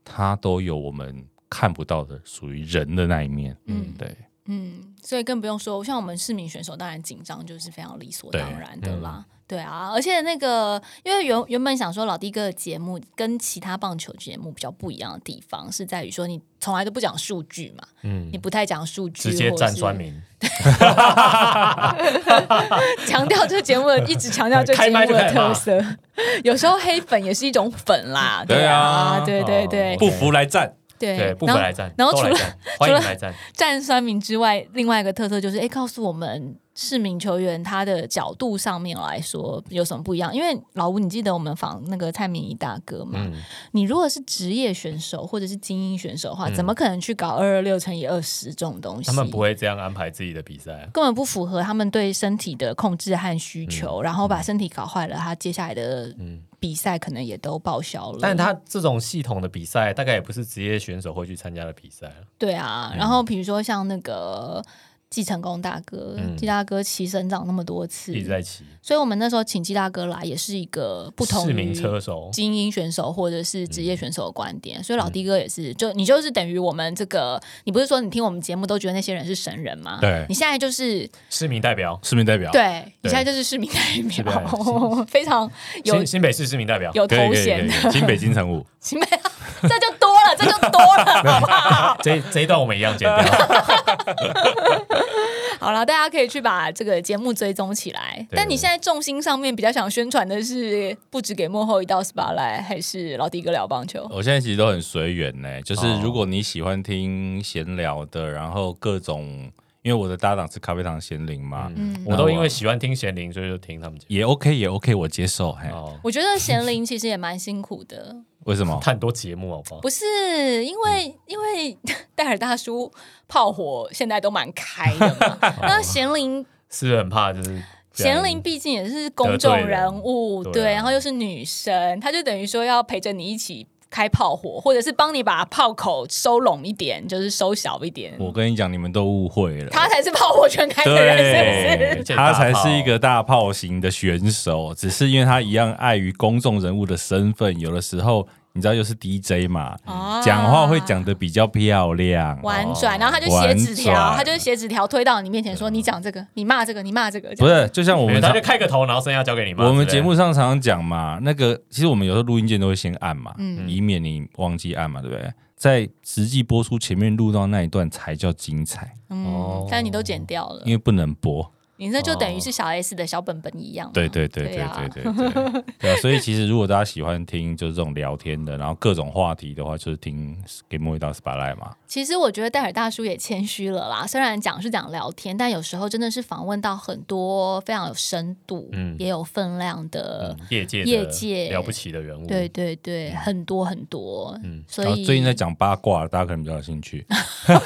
他都有我们看不到的属于人的那一面。嗯嗯，对，嗯，所以更不用说，像我们市民选手，当然紧张就是非常理所当然的嗯啦。对啊，而且那个，因为原原本想说老弟哥的节目跟其他棒球节目比较不一样的地方，是在于说你从来都不讲数据嘛，嗯，你不太讲数据，直接站专酸门民，强调这节目的，一直强调 这节目的特色。 有时候黑粉也是一种粉 啦，对啊啊，对对对哦不服来战。对对，不然回后来站，然后都除来了站，欢迎除了来站，站酸民之外，另外一个特色就是，哎，告诉我们市民球员他的角度上面来说有什么不一样？因为老吴，你记得我们访那个蔡明仪大哥嘛？嗯你如果是职业选手或者是精英选手的话，怎么可能去搞二二六乘以二十这种东西？ 嗯他们不会这样安排自己的比赛啊，根本不符合他们对身体的控制和需嗯求，然后把身体搞坏了，他接下来的比赛可能也都报销了。但他这种系统的比赛，大概也不是职业选手会去参加的比赛了。对嗯啊，然后比如说像那个季成功大哥，嗯季大哥骑省长那么多次，一直在骑，所以我们那时候请季大哥来，也是一个不同市于民车手，嗯精英选手或者是职业选手的观点，所以老的哥也是，就你就是等于我们这个，你不是说你听我们节目都觉得那些人是神人吗？对你现在就是市民代表，市民代表，对，你现在就是市民代是表，的 非常有新新北市市民代表，有可以，头可以可衔以，的，可以，新北 京城武，行吧？这就多了，这就多 了，好不好？ 这这一段我们一样剪掉。好了，大家可以去把这个节目追踪起来。对但你现在重心上面比较想宣传的是，不止给幕后一道 SPA 来，还是老迪哥聊棒球？我现在其实都很随缘呢，就是哦如果你喜欢听闲聊的，然后各种，因为我的搭档是咖啡堂贤玲嘛，嗯，我都因为喜欢听贤玲，所以就听他们节也 OK 也 OK，我接受。嘿目。，嗯哦，我觉得贤玲其实也蛮辛苦的， 为什么？他很多节目好不好？不是因为因为 戴尔大叔炮火现在都蛮开的 嘛，那贤玲。是不是很怕就是贤玲毕竟也是公众人物，得罪人对，对啊然后又是女生，她就等于说要陪着你一起开炮火，或者是帮你把炮口收拢一点，就是收小一点。我跟你讲，你们都误会了。她才是炮火全开的人，是不是？对是，他才是一个大炮型的选手，只是因为他一样碍于公众人物的身份，有的时候你知道又是 DJ 嘛，啊讲话会讲的比较漂亮。婉转，然后她就写纸条，婉转她就写纸条推到你面前说：“你讲这个，你骂这个，你骂这个。”不是，就像我我们们他常就开个头，然后剩下交给你妈。我们对节不目上常常讲嘛，那个其实我们有时候录音键都会先按嘛，嗯以免你忘记按嘛，对不对？在实际播出前面录到那一段才叫精彩，嗯哦，但你都剪掉了因，为不能播。你那就等于是小 S 的小本本一样嘛。对对对对对啊对对对 对啊！所以其实如果大家喜欢听就是这种聊天的，然后各种话题的话，就是听给莫一到 SPA 来嘛。其实我觉得戴尔大叔也谦虚了啦，虽然讲是讲聊天，但有时候真的是访问到很多非常有深度、嗯也有分量的。对业界的业界了不起的人物，对，对嗯对，很多很多，所然后以最近在讲八卦，大家可能比较有兴趣。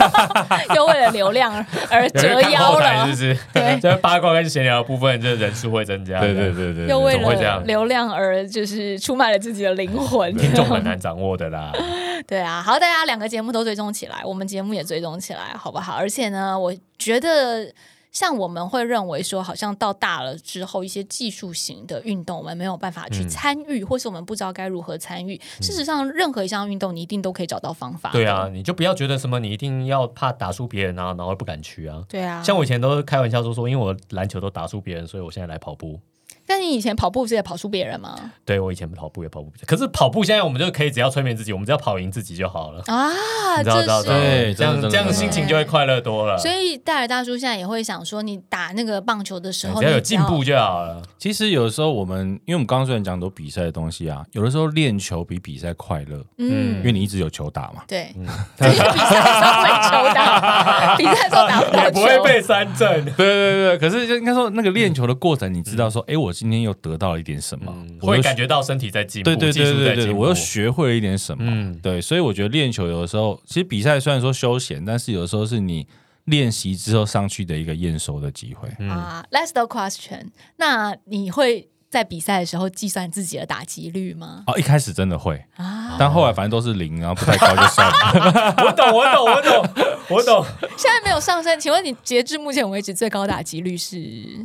又为了流量 有而人折看腰后台了是不，是？ 对这八卦跟闲聊的部分，这人数会增加。对对，对对，又为对怎么会这了样流量而就是出卖了自己的灵魂。 听众很难掌握的啦。 对啊，好，大家两个节目都追踪起来，我们节目也追踪起来，好不好？而且呢，我觉得像我们会认为说，好像到大了之后，一些技术型的运动我们没有办法嗯去参与，或是我们不知道该如何参与。事实上，任何一项运动你一定都可以找到方法。对啊，，你就不要觉得什么，你一定要怕打输别人啊，然后不敢去啊。对啊，像我以前都开玩笑说说，因为我篮球都打输别人，所以我现在来跑步。但你以前跑步不是也跑输别人吗？对我以前跑步也跑步不行，可是跑步现在我们就可以只要催眠自己，我们只要跑赢自己就好了。啊，你知道，知道，这知道是。对这真的样这样真的心情就会快乐多了。所以戴尔大叔现在也会想说，你打那个棒球的时对嗯候，只要有你进步就好了。其实有的时候我们，因为我们刚刚虽然讲很多比赛的东西啊，有的时候练球比比赛快乐，嗯，因为你一直有球打嘛。对，嗯只是比赛的时候没 球打，比赛的时候打不到也球，不会被三振。对 对对，可是就应该说那个练球的过程，你知道说，哎、我今天又得到了一点什么，嗯我会又感觉到身体在进步，对对技对术在对进对，步。我又学会了一点什么。嗯对，所以我觉得练球有的时候，其实比赛虽然说休闲，但是有的时候是你练习之后上去的一个验收的机会。嗯啊。Last question，那你会在比赛的时候计算自己的打击率吗？哦，一开始真的会，啊，但后来反正都是零，然后不太高就 算了。 我懂，我懂，我懂，我 懂。现在没有上升，请问你截至目前为止最高打击率是？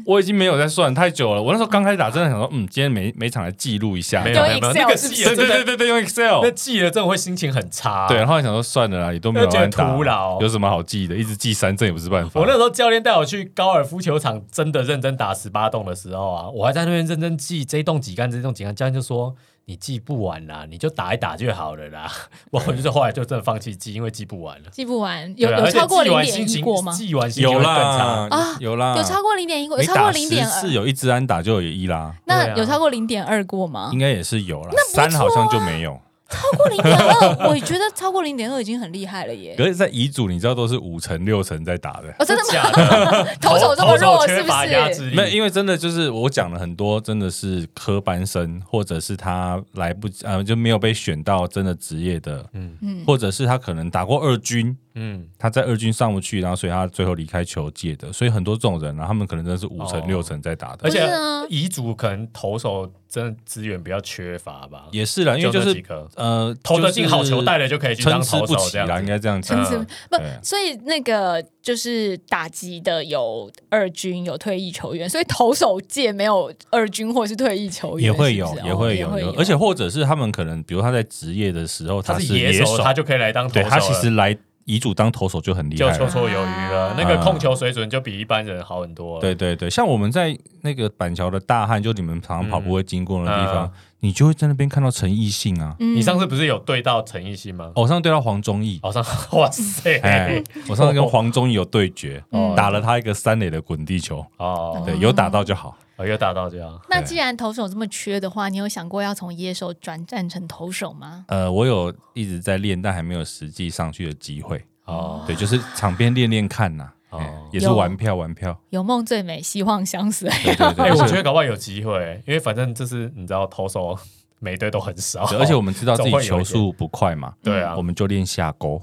我已经没有在算太久了。我那时候刚开始打，真的想说，嗯，今天每每场来记录一下。没有没有，没有那 Excel 个是不记是了对真对对的，对对，用那 Excel。记了真的会心情很差。哦对，然啊后想说算了啦，也都没有那觉得人打，徒劳有什么好记的？一直记三阵也不是办法。我那时候教练带我去高尔夫球场，真的认真打十八洞的时候啊，我还在那边认真记这一洞几杆，这一洞几杆。教练就说：“你记不完啦，你就打一打就好了啦。” 我就是后来就真的放弃记，因为记不完了。记不完，有对啊有超过而且记零完点心一情过吗？记完心情有会更差 啦啊有啦，有超过零点一过，有你超过打零十点二次，有一支安打就有一啦，对那啊有超过零点二过吗应？该也是有啦哦那。不错啊三好像就没有，超过零点二，我觉得超过零点二已经很厉害了耶可。是，在乙组你知道都是五成六成在打的。哦，真的吗？假的，投手这么弱是缺不乏压是？制力没有，因为真的就是我讲了很多，真的是科班生，或者是他来不及，呃，就没有被选到真的职业的，嗯嗯，或者是他可能打过二军，嗯，他在二军上不去，然后所以他最后离开球界的，所以很多这种人，啊然后他们可能真的是五成哦六成在打的，而且不是啊遗嘱可能投手真的资源比较缺乏吧，也是啦，因为就那几是颗呃，投得进就是好球带的就可以去当参差投不手齐这样啦，子应该这样讲层，次嗯不对，啊所以那个就是打击的有二军有退役球员，所以投手界没有二军或是退役球嗯员，也会有是不，是也哦会也有，会有，而且或者是他们可能，比如他在职业的时候，他是是野手，手，他就可以来当投手对了。他其实来乙组当投手就很厉就害绰了。啊绰有余了，那个控球水准就比一般人好很多了。对对对，像我们在那个板桥的大汉，就你们常常跑步会经过的地方，嗯你就会在那边看到陈奕迅啊，嗯你上次不是有对到陈奕迅吗？哦我上次对到黄忠义，好像 哇塞 哎，，我上次跟黄忠义有对决，嗯打了他一个三垒的滚地球，哦，对，有打到就好。哦又打到这样，那既然投手这么缺的话，你有想过要从野手转战成投手吗？呃，我有一直在练，但还没有实际上去的机会。哦对，就是场边练练看呐、哦哎也是有玩票玩票。有梦最美，希望相随。对对对，哎，而且我觉得搞不好有机会，因为反正就是你知道投手每队都很少，对而且我们知道自己哦总会有球一点速不快嘛，对啊我，们就练下 勾，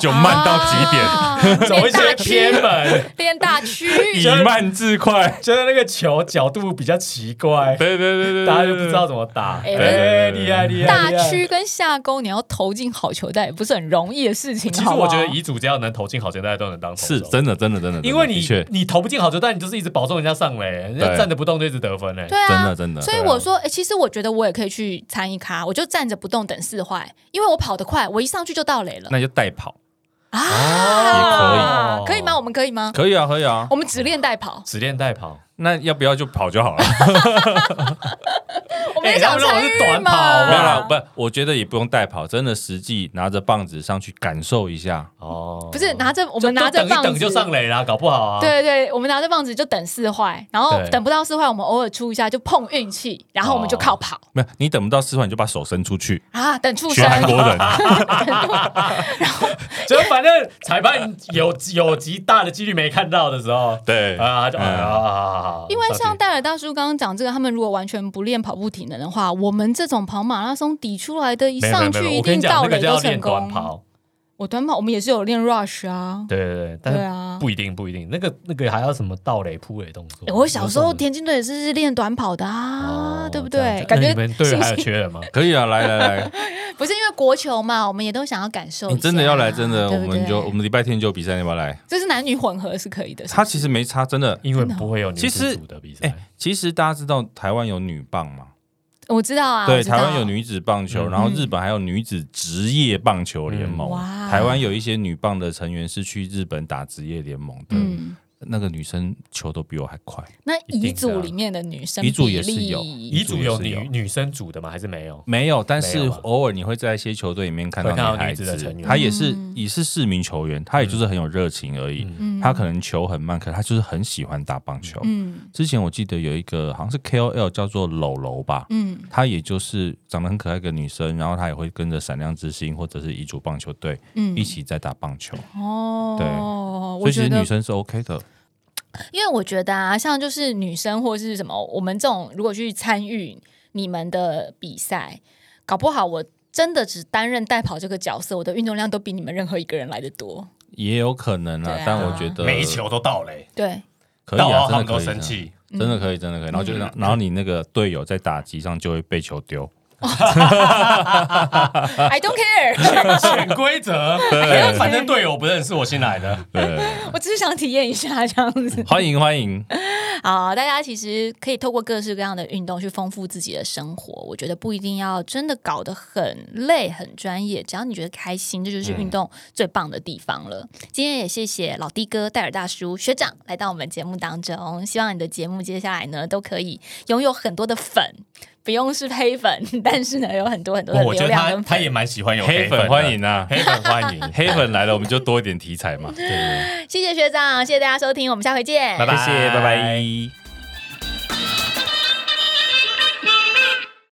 就慢到极哦点， 点 走一些偏门，练啊大区， 以慢制快。就是那个球角度比较奇怪，对对对对，大家就不知道怎么打。嗯哎哎，厉害厉害！大厉害区跟下勾，你要投进好球袋也不是很容易的事情。其实好不好我觉得遗嘱只要能投进好球，大家都能当投手是真的，真的，真的，因为真的你的确你投不进好球，但你就是一直保送人家上垒，人家对站着不动就一直得分嘞。对啊，真的真的所以我说，哎、其实我觉得我也可以去参一咖，我就站着不动等四坏，因为我跑得快，我一上去就到垒了那就代跑，啊！也可以哦可以吗？我们可以吗？可以啊，可以啊。我们只练代跑，只练带跑，那要不要就跑就好了？我们也哎想那我参是与短嘛？跑啊 没有啦，不，我觉得也不用代跑，真的实际拿着棒子上去感受一下。哦，不是拿着我就们拿着就等棒一等子就上垒啦，搞不好啊。，对对，我们拿着棒子就等四坏，然后对哦等不到四坏，我们偶尔出一下就碰运气，然后我们就靠跑、没有，你等不到四换，你就把手伸出去，啊，等畜学生。韩国 人。就反正裁判有有极大的几率没看到的时候，对啊，就啊嗯啊啊啊啊啊因为像上去戴尔大叔刚刚讲这个，他们如果完全不练跑步体能的话，我们这种跑马拉松抵出来的，一没有没有上没有去一我跟定你讲，到那个垒就要都练成短功。跑，我短跑我们也是有练 rush 啊。对对对，对但啊，不一定不一定，那个那个还要什么倒垒扑垒动作欸。我小时候有什么田径队也是练短跑的啊，哦对不这样对子？感那觉你们队信友还有心缺人吗？可以啊，来来来， 不是因为国球嘛，我们也都想要感受一下。啊你真的要来，真的，对我不们就啊对我们礼拜天就有比赛，你要不要来？就是男女混合是可以的。他其实没差，真的。因为不会有女其子实组的比赛哎、，其实大家知道台湾有女棒嘛？我知道啊，对，我知道台湾有女子棒球，嗯然后日本还有女子职业棒球联嗯盟。哇台湾有一些女棒的成员是去日本打职业联盟的。嗯那个女生球都比我还快。那一乙定的啊组里面的女生乙组比啊也是例有遗嘱有遗嘱也是女有女生组的吗？还是没有？没有，但没是有啊偶尔你会在一些球队里面看到会看到女孩女子的成员她也是嗯也是市民球员，她也就是很有热情而嗯已。她可能球很慢，可她就是很喜欢打棒球。嗯之前我记得有一个好像是 KOL 叫做楼楼吧，嗯她也就是长得很可爱的女生，然后她也会跟着闪亮之星或者是乙组棒球队嗯一起在打棒球，哦，对所我以其觉实得女生是 OK 的。因为我觉得啊，像就是女生或是什么，我们这种如果去参与你们的比赛，搞不好我真的只担任代跑这个角色，我的运动量都比你们任何一个人来的多。也有可能啊对啊，但我觉得每一球都到 嘞，对，可以到啊，后他们真的可都以生，气，真的可以，真的可以。然后就嗯让然后你那个队友在打击上就会被球丢， I don't care， 潜规则。哎反正队友不认识我新来的，对。我只是想体验一下这样子。欢迎欢迎，好，啊大家其实可以透过各式各样的运动去丰富自己的生活。我觉得不一定要真的搞得很累、很专业，只要你觉得开心，这就是嗯运动最棒的地方了。今天也谢谢老弟哥戴尔大叔学长来到我们节目当中，希望你的节目接下来呢都可以拥有很多的粉。不用是黑粉， 但是呢，有很多很多的哦我觉流得量他跟他粉。也蛮喜欢有黑粉粉的欢，迎啊！黑粉欢迎， 黑粉来了，我们就多一点题材嘛。对谢谢学长，谢谢大家收听，我们下回见，拜拜，谢谢拜拜。